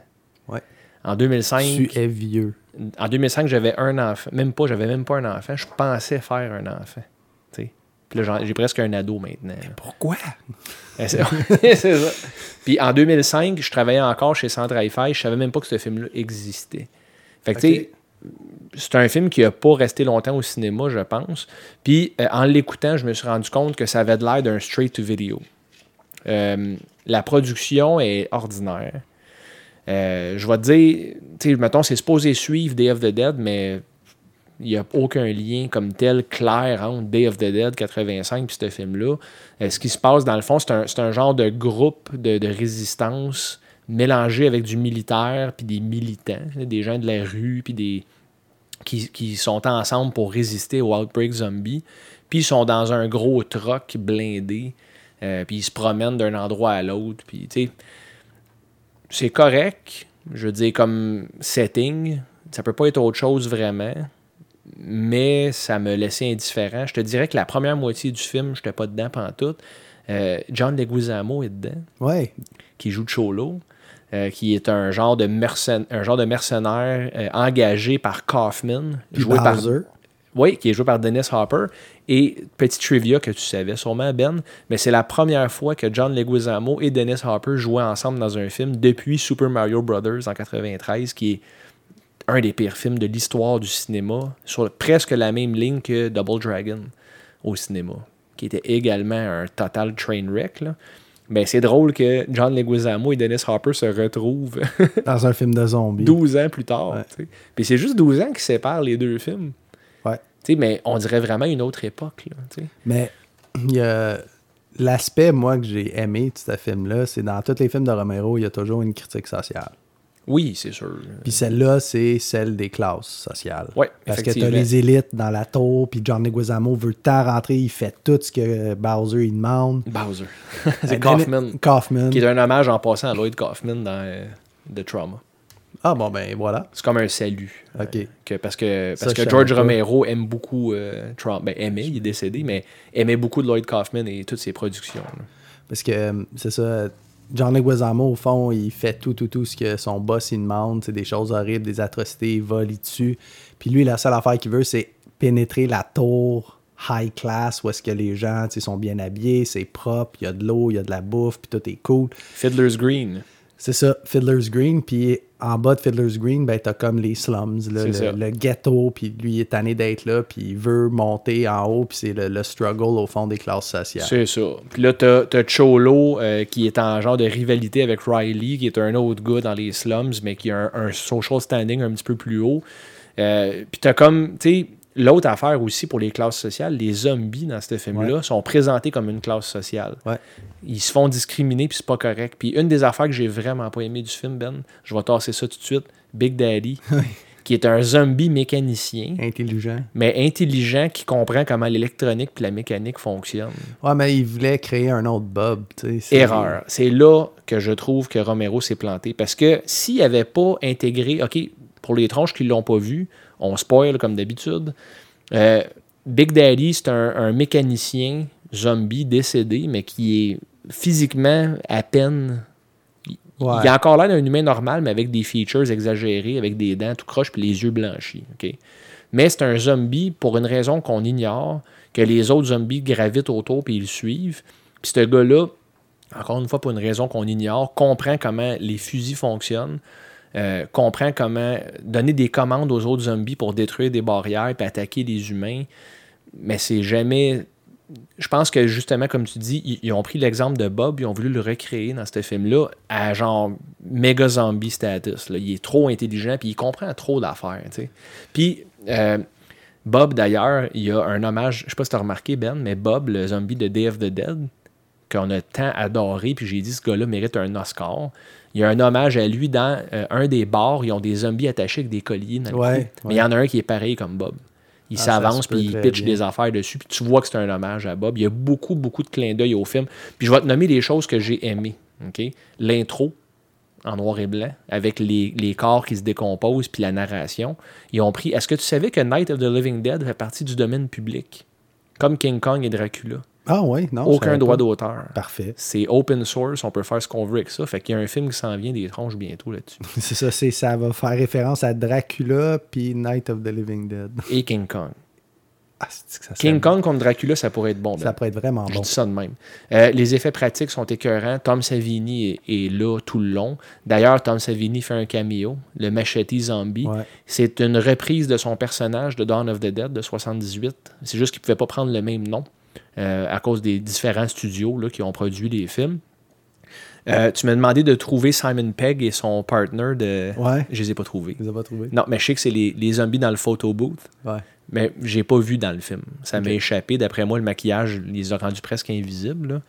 E: Ouais.
A: En 2005...
E: Tu es vieux.
A: En 2005, j'avais un enfant. Même pas, j'avais même pas un enfant. Je pensais faire un enfant. tu sais. Puis là, j'en- j'ai presque un ado maintenant. là.
E: Pourquoi?
A: Eh, C'est ouais, c'est [LAUGHS] ça. Puis en 2005, je travaillais encore chez Centre Hi-Fi. Je savais même pas que ce film-là existait. Fait que,
E: Ok.
A: tu sais, c'est un film qui a pas resté longtemps au cinéma, je pense. Puis euh, en l'écoutant, je me suis rendu compte que ça avait de l'air d'un straight-to-video. Euh, la production est ordinaire. Euh, je vais te dire, tu sais, mettons, c'est supposé suivre Day of the Dead, mais il n'y a aucun lien comme tel clair entre Day of the Dead 85 puis ce film-là. Euh, ce qui se passe, dans le fond, c'est un, c'est un genre de groupe de, de résistance mélangé avec du militaire puis des militants, là, des gens de la rue puis des qui, qui sont ensemble pour résister au Outbreak Zombie. Puis ils sont dans un gros truck blindé. euh, puis ils se promènent d'un endroit à l'autre. Puis, tu sais, c'est correct, je veux dire, comme setting. Ça peut pas être autre chose vraiment, mais ça me laissait indifférent. Je te dirais que la première moitié du film, je n'étais pas dedans pantoute. Euh, John Leguizamo est dedans,
E: Ouais.
A: qui joue Cholo, euh, qui est un genre de, mercen- un genre de mercenaire euh, engagé par Kaufman, joué par
E: Bowser.
A: oui, qui est joué par Dennis Hopper. Et petite trivia que tu savais sûrement, Ben, mais c'est la première fois que John Leguizamo et Dennis Hopper jouaient ensemble dans un film depuis Super Mario Brothers en 93, qui est un des pires films de l'histoire du cinéma, sur presque la même ligne que Double Dragon au cinéma, qui était également un total train wreck. là. Mais c'est drôle que John Leguizamo et Dennis Hopper se retrouvent [LAUGHS]
E: Dans un film de zombies.
A: 12 ans plus tard.
E: Ouais.
A: tu sais. Puis c'est juste 12 ans qui séparent les deux films.
E: Ouais.
A: Tu sais, mais on dirait vraiment une autre époque. Là, tu sais.
E: Mais [CLEARS THROAT] il y a l'aspect, moi, que j'ai aimé de ce film-là, c'est dans tous les films de Romero, il y a toujours une critique sociale.
A: Oui, c'est sûr.
E: Puis celle-là, c'est celle des classes sociales.
A: Ouais,
E: Parce que t'as
A: effectivement.
E: les élites dans la tour, puis John Leguizamo veut tant rentrer, il fait tout ce que Bowser il demande. [LAUGHS]
A: Bowser. [LAUGHS] c'est
E: Euh,
A: Kaufman.
E: Kaufman.
A: Qui est un hommage en passant à Lloyd Kaufman dans euh, The Trauma.
E: Ah bon, ben voilà.
A: C'est comme un salut.
E: OK.
A: Que- parce que,
E: Ça,
A: parce
E: je
A: que
E: savais
A: George
E: pas.
A: Romero aime beaucoup euh, Trump. Ben, aimait, il est décédé, mais aimait beaucoup de Lloyd Kaufman et toutes ses productions. là.
E: Parce que euh, c'est ça, John Leguizamo, au fond, il fait tout, tout, tout ce que son boss il demande. C'est des choses horribles, des atrocités, il vole, il tue. Puis lui, la seule affaire qu'il veut, c'est pénétrer la tour high class où est-ce que les gens tu sais, sont bien habillés, c'est propre, il y a de l'eau, il y a de la bouffe, puis tout est cool.
A: Fiddler's Green.
E: C'est ça, Fiddler's Green. Puis en bas de Fiddler's Green, ben, t'as comme les slums, là,
A: C'est ça.
E: le, le ghetto. Puis lui, il est tanné d'être là, puis il veut monter en haut, puis c'est le, le struggle au fond des classes sociales.
A: C'est ça. Puis là, t'as t'as Cholo euh, qui est en genre de rivalité avec Riley, qui est un autre gars dans les slums, mais qui a un, un social standing un petit peu plus haut. Euh, puis t'as comme, tu sais, l'autre affaire aussi pour les classes sociales, les zombies dans ce film-là sont présentés comme une classe sociale.
E: Ouais.
A: Ils se font discriminer, puis c'est pas correct. Puis une des affaires que j'ai vraiment pas aimé du film, Ben, je vais tasser ça tout de suite, Big Daddy, qui est un zombie mécanicien,
E: Intelligent.
A: mais intelligent, qui comprend comment l'électronique puis la mécanique fonctionnent.
E: Ouais, mais il voulait créer un autre Bob. tu sais, c'est-
A: Erreur. C'est là que je trouve que Romero s'est planté. Parce que s'il n'avait pas intégré, OK, pour les tronches qui ne l'ont pas vu, on spoil comme d'habitude. Euh, Big Daddy, c'est un, un mécanicien zombie décédé, mais qui est physiquement à peine. il-
E: Ouais.
A: Il a encore l'air d'un humain normal, mais avec des features exagérées, avec des dents tout croches puis les yeux blanchis. OK? Mais c'est un zombie pour une raison qu'on ignore, que les autres zombies gravitent autour puis ils le suivent. Puis ce gars-là, encore une fois, pour une raison qu'on ignore, comprend comment les fusils fonctionnent, euh, comprend comment donner des commandes aux autres zombies pour détruire des barrières puis attaquer les humains. Mais c'est jamais. Je pense que justement, comme tu dis, ils, ils ont pris l'exemple de Bob, ils ont voulu le recréer dans ce film-là à genre méga zombie status. là. Il est trop intelligent puis il comprend trop d'affaires. tu sais. Puis. euh, Bob, d'ailleurs, il y a un hommage, je sais pas si tu as remarqué, Ben, mais Bob, le zombie de Day of the Dead, qu'on a tant adoré, puis j'ai dit ce gars-là mérite un Oscar. Il y a un hommage à lui dans euh, un des bars, ils ont des zombies attachés avec des colliers. dans le
E: Ouais,
A: cou.
E: ouais.
A: Mais il y en a un qui est pareil comme Bob. Il
E: Ah, ça
A: s'avance,
E: se peut
A: puis il
E: très
A: pitch
E: bien.
A: des affaires dessus, puis tu vois que c'est un hommage à Bob. Il y a beaucoup, beaucoup de clins d'œil au film. Puis je vais te nommer les choses que j'ai aimées. ok? L'intro, en noir et blanc, avec les, les corps qui se décomposent, puis la narration. Ils ont pris. Est-ce que tu savais que Night of the Living Dead fait partie du domaine public? Comme King Kong et Dracula.
E: Ah ouais, non. je
A: Aucun
E: savais
A: droit
E: pas.
A: d'auteur.
E: Parfait. [LAUGHS]
A: C'est open source, on peut faire ce qu'on veut avec ça. Fait qu'il y a un film qui s'en vient des tronches bientôt là-dessus.
E: C'est ça, c'est, ça va faire référence à Dracula puis Night of the Living Dead. [LAUGHS]
A: Et King Kong.
E: Ah, c'est que ça serait-
A: King Kong contre Dracula, ça pourrait être bon.
E: Ça
A: ben.
E: pourrait être vraiment
A: Je
E: bon.
A: dis ça de même. Euh, les effets pratiques sont écœurants. Tom Savini est, est là tout le long. D'ailleurs, Tom Savini fait un cameo, le machete zombie.
E: Ouais.
A: C'est une reprise de son personnage de Dawn of the Dead de 78. C'est juste qu'il ne pouvait pas prendre le même nom euh, à cause des différents studios là, qui ont produit les films. Euh, tu m'as demandé de trouver Simon Pegg et son partner de.
E: Ouais.
A: Je les ai pas trouvés.
E: Tu les as pas trouvés?
A: Non, mais je sais que c'est les, les zombies dans le photo booth.
E: Ouais.
A: Mais j'ai pas vu dans le film. Ça m'a échappé. D'après moi, le maquillage les a rendus presque invisibles. là.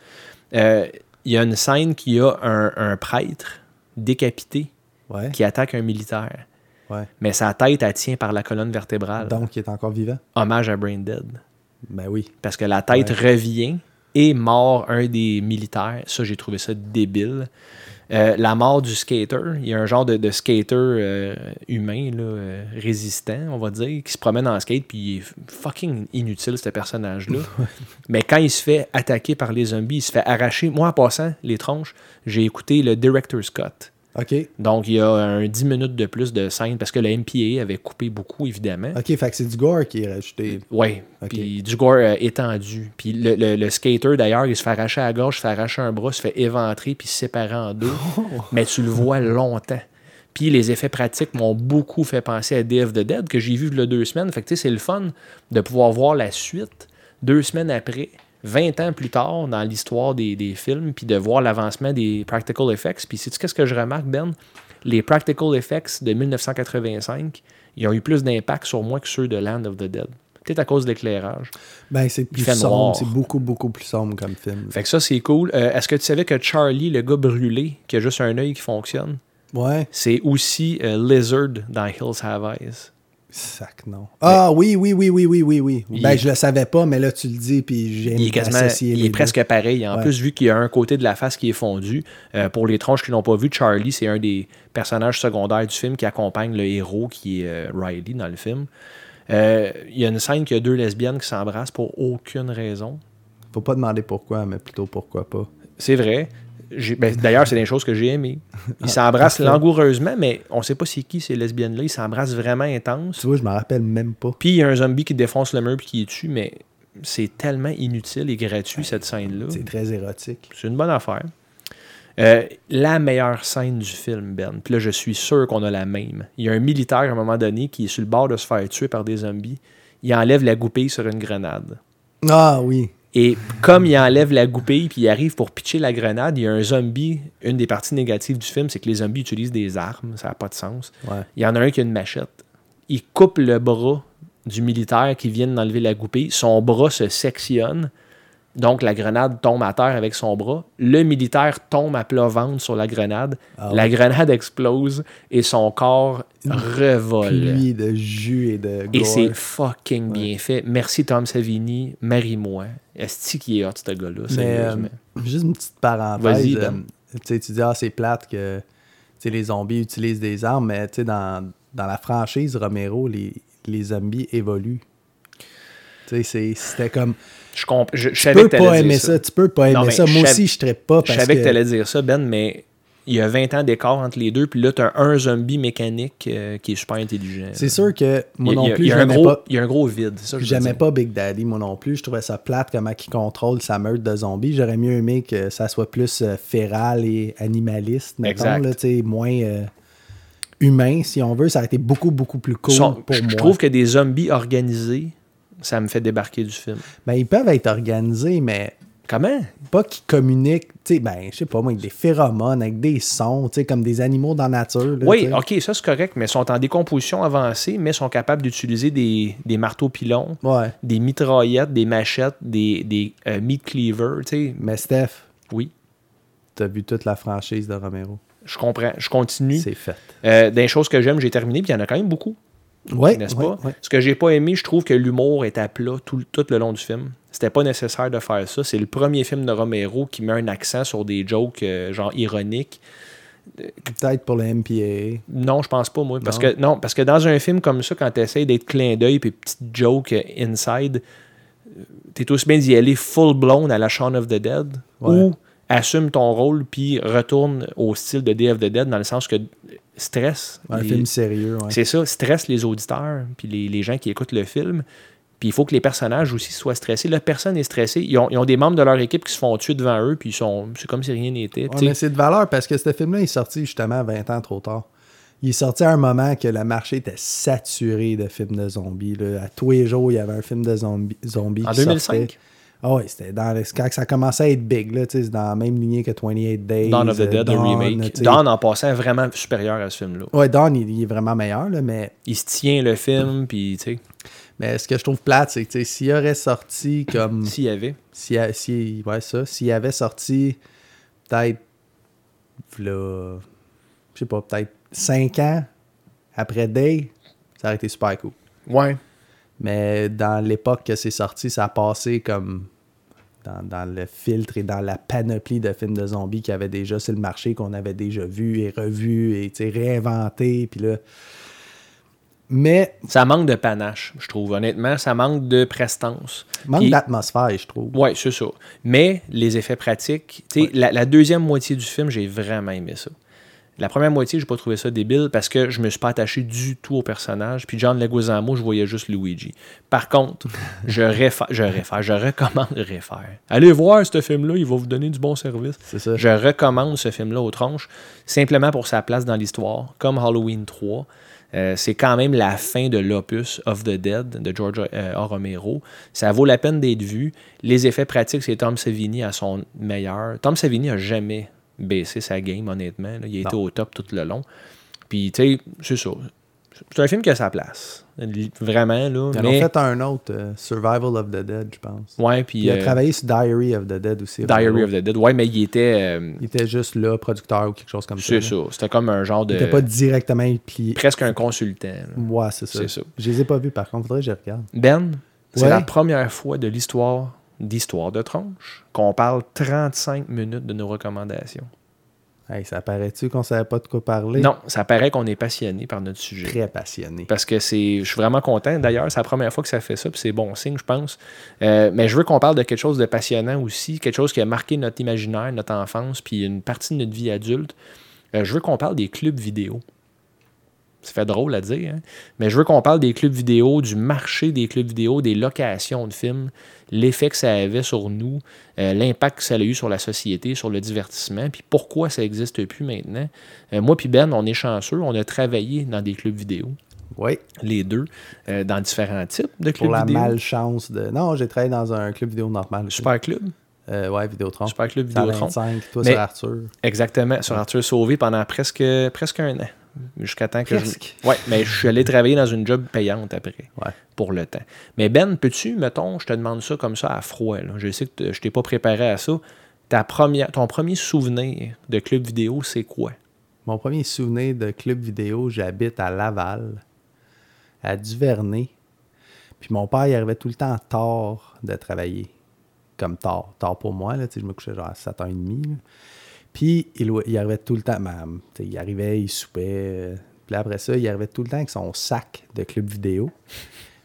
A: Euh, Il y a une scène qui a un, un prêtre décapité
E: Ouais.
A: qui attaque un militaire.
E: ouais.
A: Mais sa tête, elle tient par la colonne vertébrale.
E: Donc, il est encore vivant?
A: Hommage à Brain Dead.
E: Ben oui.
A: Parce que la tête revient et mort un des militaires. Ça, j'ai trouvé ça débile. Euh, la mort du skater, il y a un genre de, de skater euh, humain, là, euh, résistant, on va dire, qui se promène en skate, puis il est fucking inutile, ce personnage-là. Mais quand il se fait attaquer par les zombies, il se fait arracher. Moi, en passant, les tronches, j'ai écouté le Director's Cut.
E: OK.
A: Donc, il y a un 10 minutes de plus de scène, parce que le MPA avait coupé beaucoup, évidemment.
E: OK, fait que c'est du gore qui est rajouté.
A: Oui,
E: Ok.
A: puis du gore euh, étendu. Puis le, le- le skater, d'ailleurs, il se fait arracher à la gorge, se fait arracher un bras, se fait éventrer, puis se séparer en deux. Mais tu le vois longtemps. Puis les effets pratiques m'ont beaucoup fait penser à Day of the Dead, que j'ai vu le deux semaines. Fait que tu sais, c'est le fun de pouvoir voir la suite deux semaines après, 20 ans plus tard, dans l'histoire des, des films, puis de voir l'avancement des practical effects. Puis sais-tu qu'est-ce que je remarque, Ben? Les practical effects de 1985, ils ont eu plus d'impact sur moi que ceux de Land of the Dead. Peut-être à cause de l'éclairage.
E: Ben, c'est plus
A: fait noir.
E: sombre. C'est beaucoup, beaucoup plus sombre comme film.
A: Fait que ça, c'est cool. Euh, Est-ce que tu savais que Charlie, le gars brûlé, qui a juste un œil qui fonctionne,
E: Ouais.
A: C'est aussi euh, Lizard dans Hills Have Eyes.
E: Sac, non. Ah oui, oui, oui, oui, oui, oui, oui. Ben,
A: Il-
E: je le savais pas, mais là, tu le dis, puis j'ai
A: Il est quasiment,
E: associé
A: il
E: les
A: est
E: deux.
A: presque pareil. En
E: Ouais.
A: plus, vu qu'il y a un côté de la face qui est fondu, euh, pour les tronches qui l'ont pas vu, Charlie, c'est un des personnages secondaires du film qui accompagne le héros qui est euh, Riley dans le film. Euh, il y a une scène qu'il y a deux lesbiennes qui s'embrassent pour aucune raison.
E: Faut pas demander pourquoi, mais plutôt pourquoi pas.
A: C'est vrai. J'ai- ben, D'ailleurs, c'est des choses que j'ai aimées.
E: Ah,
A: Ils s'embrassent langoureusement, mais on sait pas c'est qui ces lesbiennes-là. Ils s'embrassent vraiment intense.
E: Tu vois, je me rappelle même pas.
A: Puis il y a un zombie qui défonce le mur puis qui est tue, mais c'est tellement inutile et gratuit cette scène-là.
E: Ben, C'est très érotique.
A: C'est une bonne affaire. Euh, la meilleure scène du film, Ben. Puis là, je suis sûr qu'on a la même. Il y a un militaire à un moment donné qui est sur le bord de se faire tuer par des zombies. Il enlève la goupille sur une grenade.
E: Ah oui.
A: Et comme il enlève la goupille puis il arrive pour pitcher la grenade, il y a un zombie. Une des parties négatives du film, c'est que les zombies utilisent des armes. Ça n'a pas de sens.
E: Ouais.
A: Il y en a un qui a une machette. Il coupe le bras du militaire qui vient d'enlever la goupille. Son bras se sectionne. Donc, la grenade tombe à terre avec son bras. Le militaire tombe à plat ventre sur la grenade.
E: Ah ouais.
A: La grenade explose et son corps revole.
E: Pluie de jus et de
A: Et c'est
E: gore.
A: fucking bien fait. Merci Tom Savini, marie-moi. Est-ce qu'il est hot, ce gars-là,
E: Mais, euh,
A: sérieusement?
E: juste une petite parenthèse.
A: Vas-y,
E: euh,
A: Ben.
E: tu sais, tu dis, ah, c'est plate que tu sais, les zombies utilisent des armes, mais tu sais, dans, dans la franchise Romero, les, les zombies évoluent. Tu sais, c'est- c'était comme.
A: Je, comp- je, je
E: Tu
A: savais
E: peux
A: que t'allais
E: pas
A: dire
E: aimer
A: ça.
E: ça. tu peux pas
A: Non,
E: aimer
A: mais
E: ça. Moi
A: je sav-
E: aussi, je traite pas
A: Je
E: parce
A: savais que,
E: que.
A: t'allais dire ça, Ben, mais il y a 20 ans d'écart entre les deux, puis là, t'as un zombie mécanique euh, qui est super intelligent.
E: c'est sûr que
A: Il y
E: moi
A: a-
E: non plus,
A: il y a un
E: j'aimais
A: gros-
E: pas.
A: Il y a un gros vide, c'est ça que je veux
E: J'aimais
A: dire.
E: pas Big Daddy, moi non plus. Je trouvais ça plate comment il contrôle sa meute de zombies. J'aurais mieux aimé que ça soit plus euh, féral et animaliste, mettons,
A: Exact.
E: là, tu sais, moins euh, humain, si on veut. Ça a été beaucoup, beaucoup plus cool
A: Sont-
E: pour
A: je
E: moi.
A: trouve que des zombies organisés, ça me fait débarquer du film. Ben,
E: Ben, ils peuvent être organisés, mais
A: Comment?
E: pas qu'ils communiquent, tu sais, ben, je sais pas moi, avec des phéromones, avec des sons, tu sais, comme des animaux dans la nature. là, tu
A: Oui,
E: sais.
A: ok, ça c'est correct, mais sont en décomposition avancée, mais sont capables d'utiliser des, des marteaux pilons,
E: Ouais.
A: des mitraillettes, des machettes, des, des euh, meat cleavers, tu sais.
E: Mais Steph,
A: Oui,
E: t'as vu toute la franchise de Romero.
A: je comprends, je continue.
E: C'est fait.
A: Euh, des choses que j'aime, j'ai terminé, puis il y en a quand même beaucoup.
E: Ouais,
A: n'est-ce
E: ouais,
A: pas?
E: ouais.
A: Ce que j'ai pas aimé, je trouve que l'humour est à plat tout, le- tout le long du film. C'était pas nécessaire de faire ça. C'est le premier film de Romero qui met un accent sur des jokes euh, genre ironiques.
E: Peut-être pour le MPA.
A: Non, je pense pas, moi. Parce
E: Non.
A: que non, parce que dans un film comme ça, quand tu essaies d'être clin d'œil puis petite joke euh, inside, euh, t'es aussi bien d'y aller full blown à la Shaun of the Dead ou assume ton rôle puis retourne au style de Day of the Dead dans le sens que euh, stress.
E: Un
A: les-
E: film sérieux, ouais.
A: c'est ça, stresse les auditeurs, puis les, les gens qui écoutent le film. Puis il faut que les personnages aussi soient stressés. Là, personne n'est stressé. Ils ont, ils ont des membres de leur équipe qui se font tuer devant eux, puis ils sont, c'est comme si rien n'était.
E: Ouais,
A: tu sais.
E: mais c'est de valeur parce que ce film-là est sorti justement 20 ans trop tard. Il est sorti à un moment que le marché était saturé de films de zombies. là. À tous les jours, il y avait un film de zombies. zombies
A: En
E: qui
A: 2005?
E: sortait. Ah oui, c'était dans le- quand ça commençait à être big, là, tu sais, c'est dans la même lignée que 28 Days.
A: Dawn of the
E: euh,
A: Dead, un
E: Dawn,
A: remake.
E: tu sais.
A: Dawn, en passant, vraiment supérieur à ce film-là.
E: Ouais, Dawn, il, il est vraiment meilleur, là, mais,
A: Il se tient le film, puis tu sais,
E: mais ce que je trouve plate, c'est que tu sais, s'il aurait
A: [CLEARS THROAT]
E: sorti comme.
A: s'il y avait.
E: Si, si, ouais, ça. S'il avait sorti peut-être. Là, je sais pas, peut-être 5 ans après Day, ça aurait été super cool.
A: Ouais.
E: Mais dans l'époque que c'est sorti, ça a passé comme. Dans, dans le filtre et dans la panoplie de films de zombies qu'il y avait déjà sur le marché, qu'on avait déjà vu et revu et tu sais, réinventé. Puis là. Mais
A: Ça manque de panache, je trouve, honnêtement. Ça manque de prestance.
E: manque
A: Puis-
E: d'atmosphère, je trouve.
A: Oui, c'est ça. Mais les effets pratiques, tu sais, la, la deuxième moitié du film, j'ai vraiment aimé ça. La première moitié, j'ai pas trouvé ça débile parce que je me suis pas attaché du tout au personnage. Puis John Leguizamo, je voyais juste Luigi. Par contre, je réfère, je réfère, je recommande réfère. Allez voir ce film-là, il va vous donner du bon service.
E: C'est ça.
A: Je recommande ce film-là aux tronches, simplement pour sa place dans l'histoire, comme Halloween 3. Euh, c'est quand même la fin de l'opus Of the Dead de George euh, A. Romero. Ça vaut la peine d'être vu. Les effets pratiques, c'est Tom Savini à son meilleur. Tom Savini a jamais baissé sa game, honnêtement. là. Il a été au top tout le long. Puis, tu sais, c'est ça. C'est un film qui a sa place. Li- Vraiment, là.
E: Ils en
A: mais...
E: ont fait un autre, euh, Survival of the Dead, je pense.
A: Ouais, puis.
E: Il a
A: euh,
E: travaillé sur Diary of the Dead aussi.
A: Diary of the Dead. Ouais, mais il était. euh,
E: Il était juste là, producteur ou quelque chose comme ça.
A: c'est
E: là.
A: ça. Euh, C'était comme un genre
E: Il
A: de.
E: n'était pas directement impliqué.
A: Presque un consultant. là.
E: Ouais, c'est ça.
A: C'est ça.
E: Je les ai pas vus, par contre. Faudrait que je regarde.
A: Ben, c'est
E: Ouais.
A: la première fois de l'histoire d'Histoire de Tronche qu'on parle 35 minutes de nos recommandations.
E: Hey, ça paraît-tu qu'on savait pas de quoi parler?
A: Non, ça paraît qu'on est passionné par notre sujet.
E: Très passionné.
A: parce que c'est, je suis vraiment content. D'ailleurs, c'est la première fois que ça fait ça, puis c'est bon signe, je pense. Euh, mais je veux qu'on parle de quelque chose de passionnant aussi, quelque chose qui a marqué notre imaginaire, notre enfance, puis une partie de notre vie adulte. Euh, je veux qu'on parle des clubs vidéo. Ça fait drôle à dire, hein? mais je veux qu'on parle des clubs vidéo, du marché des clubs vidéo, des locations de films, l'effet que ça avait sur nous, euh, l'impact que ça a eu sur la société, sur le divertissement, puis pourquoi ça n'existe plus maintenant. Euh, moi puis Ben, on est chanceux, on a travaillé dans des clubs vidéo
E: Oui,
A: les deux, euh, dans différents types de clubs
E: pour la
A: vidéo.
E: malchance de. Non, j'ai travaillé dans un club vidéo normal. aussi.
A: Super Club.
E: Euh, ouais, Vidéotron.
A: Super Club
E: Dans
A: Vidéotron.
E: 25, toi,
A: Mais-
E: sur Arthur.
A: Exactement, sur Arthur Sauvé pendant presque, presque un an. Jusqu'à temps que
E: Presque.
A: je. Ouais, mais je suis allé travailler dans une job payante après,
E: Ouais.
A: pour le temps. Mais Ben, peux-tu, mettons, je te demande ça comme ça à froid, là. je sais que t- je t'ai pas préparé à ça. Ta première, ton premier souvenir de club vidéo, c'est quoi?
E: Mon premier souvenir de club vidéo, j'habite à Laval, à Duvernay. Puis mon père, il arrivait tout le temps tard de travailler. Comme tard. Tard pour moi, là, tu sais, je me couchais genre à 7h30. là. Puis il, lou- il arrivait tout le temps, même. tu sais, Il arrivait, il soupait. euh, Puis là, après ça, il arrivait tout le temps avec son sac de club vidéo.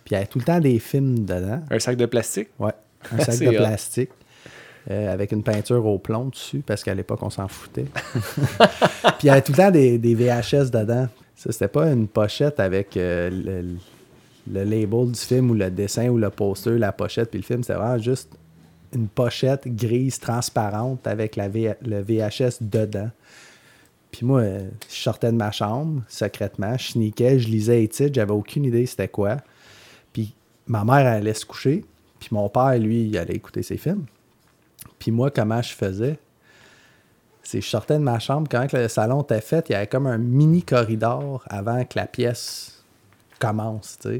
E: Puis il y avait tout le temps des films dedans.
A: Un sac de plastique?
E: Ouais, un
A: [LAUGHS]
E: sac
A: C'est
E: de
A: hot.
E: plastique euh, avec une peinture au plomb dessus parce qu'à l'époque, on
A: [LAUGHS]
E: s'en foutait. Puis il y avait tout le temps des, des VHS dedans. Ça, c'était pas une pochette avec euh, le, le label du film ou le dessin ou le poster, la pochette puis le film. C'était vraiment juste une pochette grise transparente avec la V- le VHS dedans. Puis moi, euh, je sortais de ma chambre secrètement, je sneakais, je lisais les titres, j'avais aucune idée c'était quoi. Puis ma mère elle allait se coucher, puis mon père, lui, il allait écouter ses films. Puis moi, comment je faisais? C'est que je sortais de ma chambre, quand que le salon était fait, il y avait comme un mini corridor avant que la pièce commence, tu sais.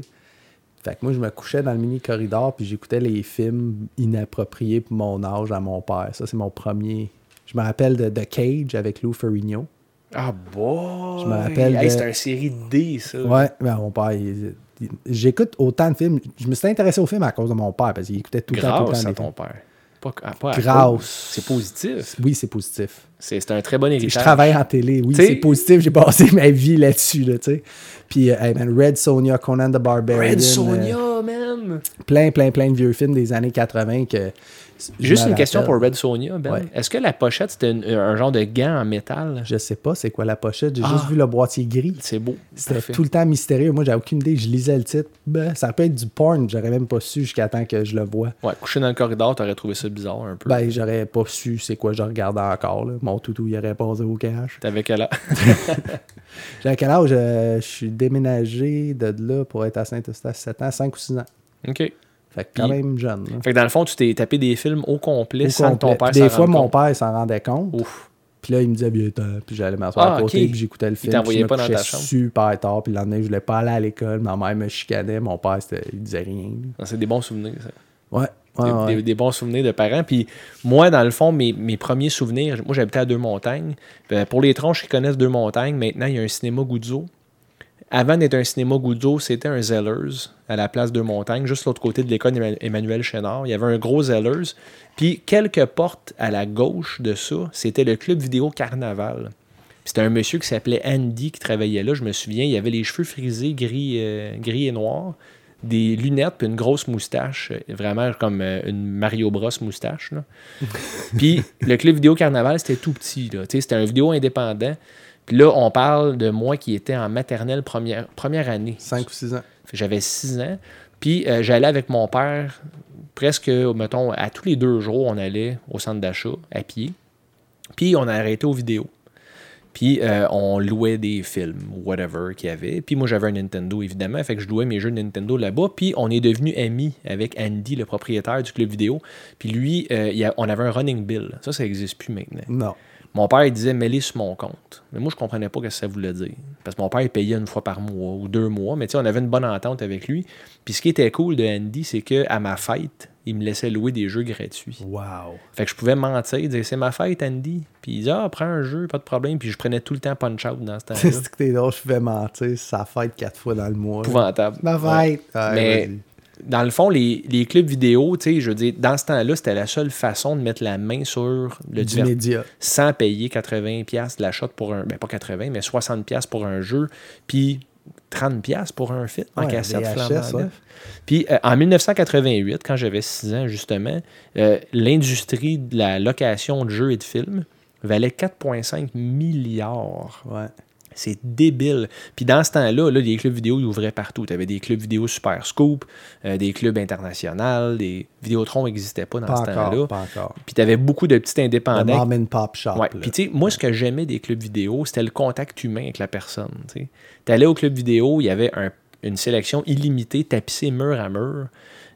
E: Fait que moi, je me couchais dans le mini corridor, puis j'écoutais les films inappropriés pour mon âge à mon père. Ça, c'est mon premier. Je me rappelle de The Cage avec Lou Ferrigno.
A: Ah bon!
E: Je me rappelle de-
A: C'est un série D, ça.
E: Ouais, ben, mon père, il- il- j'écoute autant de films. Je me suis intéressé aux films à cause de mon père parce qu'il écoutait tout le temps, tout le
A: Grâce
E: temps
A: à
E: des
A: ton
E: films.
A: père. Pas, ah, pas à
E: Grâce.
A: cause. C'est positif.
E: Oui, c'est positif.
A: C'est c'est un très bon héritage.
E: Je travaille en télé, oui,
A: T'sais-
E: c'est positif. J'ai passé ma vie là-dessus, là, tu sais. Puis, euh, hey, man, Red Sonia, Conan the Barbarian.
A: Red
E: euh,
A: Sonia, man!
E: plein, plein, plein de vieux films des années 80 que. je
A: Juste
E: me
A: une question
E: rappelle.
A: pour Red Sonia, Ben.
E: Ouais.
A: Est-ce que la pochette, c'était une- un genre de gant en métal?
E: Je sais pas c'est quoi la pochette, j'ai
A: Ah.
E: juste vu le boîtier gris.
A: C'est beau.
E: C'était
A: Parfait.
E: tout le temps mystérieux. Moi, j'avais aucune idée. Je lisais le titre. Ben, ça peut être du porn, j'aurais même pas su jusqu'à temps que je le vois.
A: Ouais, couché dans le corridor, t'aurais trouvé ça bizarre un peu.
E: Ben, j'aurais pas su c'est quoi je regardais encore. là. Mon toutou, il aurait passé au cash.
A: T'avais quel âge? [LAUGHS]
E: J'ai quel âge? Euh, je suis déménagé de là pour être à Saint-Eustache 7 ans, 5 ou 6 ans.
A: OK. Fait
E: Fait que quand
A: Puis-
E: même jeune. là.
A: que dans le fond, tu t'es tapé des films au complet
E: Au
A: sans que ton
E: complet.
A: père
E: Puis des
A: s'en
E: fois,
A: rende
E: mon
A: compte.
E: père il s'en rendait compte.
A: Ouf.
E: Puis là, il me disait, bien tard. Puis j'allais m'asseoir
A: Ah,
E: à côté,
A: ok.
E: puis j'écoutais le
A: Il
E: film.
A: t'envoyait
E: puis je me
A: pas dans ta
E: couchais
A: chambre.
E: super tard. Puis le lendemain, je voulais pas aller à l'école. Ma mère me chicanait. Mon père, c'était- il disait rien.
A: Ah, C'est des bons souvenirs, ça.
E: Ouais. ouais,
A: Des-
E: ouais.
A: Des, des bons souvenirs de parents. Puis moi, dans le fond, mes, mes premiers souvenirs, moi j'habitais à Deux-Montagnes. Euh, Pour les tronches qui connaissent Deux-Montagnes, maintenant il y a un cinéma Goudzo. Avant d'être un cinéma Goudzo, c'était un Zellers à la place Deux-Montagnes, juste l'autre côté de l'école Emma- Emmanuel Chénard. Il y avait un gros Zellers. Puis quelques portes à la gauche de ça, c'était le club vidéo Carnaval. Puis C'était un monsieur qui s'appelait Andy qui travaillait là. Je me souviens, il avait les cheveux frisés gris, euh, gris et noirs, des lunettes puis une grosse moustache, euh, vraiment comme euh, une Mario Bros moustache. là. puis le clip vidéo carnaval, c'était tout petit. là. Tu sais, C'était un vidéo indépendant. Puis là, on parle de moi qui était en maternelle première, première année.
E: 5 ou 6 ans.
A: Fait que J'avais 6 ans. Puis euh, j'allais avec mon père presque, mettons, à tous les deux jours, on allait au centre d'achat à pied. Puis on arrêtait aux vidéos. Puis euh, on louait des films, whatever qu'il y avait. Puis moi j'avais un Nintendo évidemment, fait que je louais mes jeux Nintendo là-bas. Puis on est devenu amis avec Andy, le propriétaire du club vidéo. Puis lui, euh, il y a- on avait un running bill. Ça, ça n'existe plus maintenant.
E: Non.
A: Mon père il disait mêlez sur mon compte. Mais moi, je comprenais pas ce que ça voulait dire. Parce que mon père, il payait une fois par mois ou deux mois. Mais tu sais, on avait une bonne entente avec lui. Puis ce qui était cool de Andy, c'est que à ma fête, il me laissait louer des jeux gratuits.
E: Wow.
A: Fait que je pouvais mentir, dire c'est ma fête, Andy. Puis il disait ah, prends un jeu, pas de problème. Puis je prenais tout le temps Punch Out dans ce
E: [LAUGHS] [LAUGHS] C'est
A: temps-là.
E: ce que t'es drôle, je pouvais mentir, ça fête quatre fois dans le mois.
A: épouvantable.
E: Ma
A: Ouais.
E: fête. Ouais,
A: Mais
E: vas-y.
A: dans le fond, les, les clubs vidéo, tu sais, je veux dire, dans ce temps-là, c'était la seule façon de mettre la main sur le
E: Du
A: divert-
E: média.
A: Sans payer 80$ de l'achat pour un. Ben, pas 80$, mais 60$ pour un jeu, puis 30$ pour un film en
E: Ouais,
A: cassette
E: VHS,
A: flambant neuf.
E: ouais.
A: Puis euh, en 1988, quand j'avais 6 ans, justement, euh, l'industrie de la location de jeux et de films valait 4,5 milliards.
E: Ouais.
A: C'est débile. Puis dans ce temps-là, là, les clubs vidéo, ils ouvraient partout. Tu avais des clubs vidéo Super Scoop, euh, des clubs internationaux, des Vidéotron n'existaient pas dans
E: Pas
A: ce temps-là.
E: encore, pas encore.
A: Puis tu avais beaucoup de petits
E: Le
A: indépendants.
E: mom and pop shop.
A: Ouais.
E: là.
A: Puis tu sais, moi, ce que j'aimais des clubs vidéo, c'était le contact humain avec la personne. Tu allais au club vidéo, il y avait un- une sélection illimitée, tapissée mur à mur.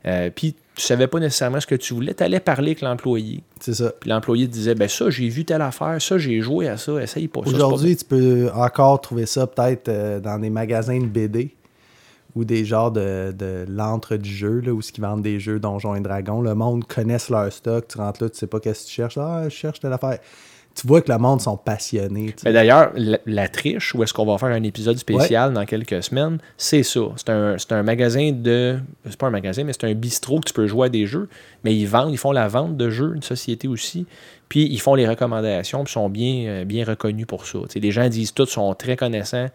A: Euh, puis tu savais pas nécessairement ce que tu voulais. Tu allais parler avec l'employé.
E: C'est ça.
A: Puis l'employé te disait, ben ça, j'ai vu telle affaire, ça, j'ai joué à ça, essaye pas ça. c'est pas
E: Aujourd'hui, tu peux encore trouver ça peut-être euh, dans des magasins de BD ou des genres de, de l'entre du jeu, là, où ce qui vendent des jeux Donjons et Dragons. Le monde connaissent leur stock. Tu rentres là, tu sais pas qu'est-ce que tu cherches. Ah, je cherche telle affaire. Tu vois que le monde sont passionnés. tu sais.
A: Mais d'ailleurs, la, la triche, où est-ce qu'on va faire un épisode spécial dans quelques semaines, c'est ça. C'est un, c'est un magasin de. C'est pas un magasin, mais c'est un bistrot que tu peux jouer à des jeux. Mais ils vendent, ils font la vente de jeux, une société aussi. Puis ils font les recommandations, puis sont bien, euh, bien reconnus pour ça. Tu sais, les gens disent tout, sont très connaissants,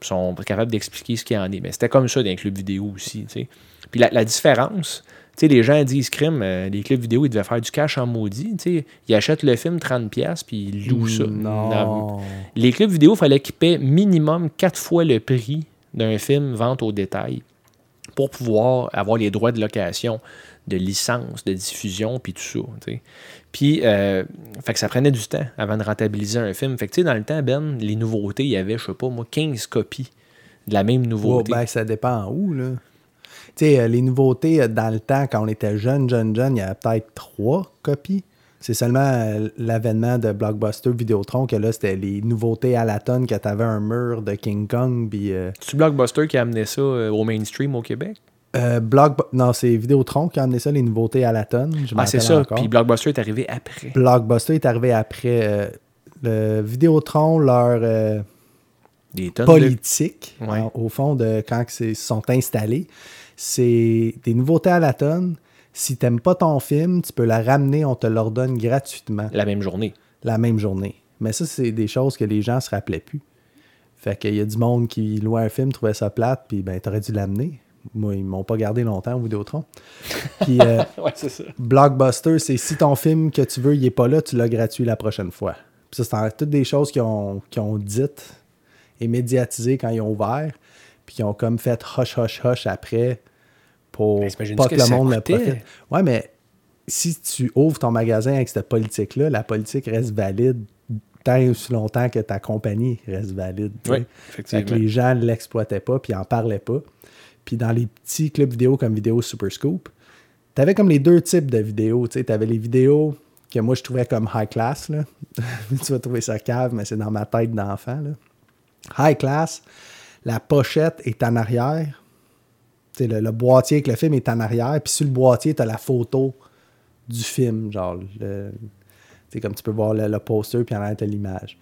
A: puis sont capables d'expliquer ce qu'il y en est. Mais c'était comme ça dans les clubs vidéo aussi. tu sais. Puis la, la différence. tu sais, les gens disent crime, euh, les clubs vidéo, ils devaient faire du cash en maudit. tu sais. Ils achètent le film 30$, puis ils louent ça. Dans-
E: Mm, Non.
A: les clubs vidéo, il fallait qu'ils paient minimum quatre fois le prix d'un film vente au détail pour pouvoir avoir les droits de location, de licence, de diffusion, puis tout ça. tu sais. Puis, euh, fait que ça prenait du temps avant de rentabiliser un film. Fait que, tu sais, dans le temps, Ben, les nouveautés, il y avait, je sais pas, moi, 15 copies de la même
E: Wow,
A: nouveauté.
E: ben, ça dépend où, là. Tu sais, euh, les nouveautés euh, dans le temps, quand on était jeune, jeune, jeune, il y avait peut-être trois copies. C'est seulement euh, l'avènement de Blockbuster Vidéotron que là, c'était les nouveautés à la tonne, que t'avais un mur de King Kong, puis... euh,
A: C'est-tu Blockbuster qui a amené ça euh, au mainstream au Québec?
E: euh, Blockbu- Non, c'est Vidéotron qui a amené ça, les nouveautés à la tonne. je
A: Ah, c'est
E: m'appelle
A: ça.
E: encore.
A: Puis Blockbuster est arrivé après.
E: Blockbuster est arrivé après euh, le Vidéotron, leur... euh,
A: Des tonnes de-
E: politique,
A: Ouais.
E: en- au fond, de quand ils se sont installés. C'est des nouveautés à la tonne. Si t'aimes pas ton film, tu peux la ramener, on te l'ordonne gratuitement
A: la même journée.
E: la même journée. Mais ça, c'est des choses que les gens se rappelaient plus. Fait qu'il y a du monde qui louait un film, trouvait ça plate, puis ben t'aurais dû l'amener. Moi, ils m'ont pas gardé longtemps au Vidéotron. Puis euh,
A: Ouais, c'est ça.
E: Blockbuster, c'est si ton film que tu veux, il est pas là, tu l'as gratuit la prochaine fois. Puis ça, c'est en- toutes des choses qu'ils ont, qu'ils ont dites et médiatisées quand ils ont ouvert, puis qu'ils ont comme fait hush, hush, hush après pour
A: Ben, t'imagines-tu
E: pas
A: que
E: que, le
A: ça
E: monde le
A: coûtait?
E: profite. Ouais, mais si tu ouvres ton magasin avec cette politique-là, la politique reste valide tant et aussi longtemps que ta compagnie reste valide. tu
A: Oui,
E: sais.
A: effectivement.
E: Fait que les gens ne l'exploitaient pas, puis n'en parlaient pas. Puis dans les petits clubs vidéo comme Vidéo Super Scoop, tu avais comme les deux types de vidéos. Tu avais les vidéos que moi je trouvais comme high class. Là. [LAUGHS] tu vas trouver ça cave, mais c'est dans ma tête d'enfant. là. High class, la pochette est en arrière. Tu sais, le, le boîtier avec le film est en arrière. Puis sur le boîtier, tu as la photo du film. Genre, le- tu sais, comme tu peux voir le, le poster, puis en arrière, tu l'image.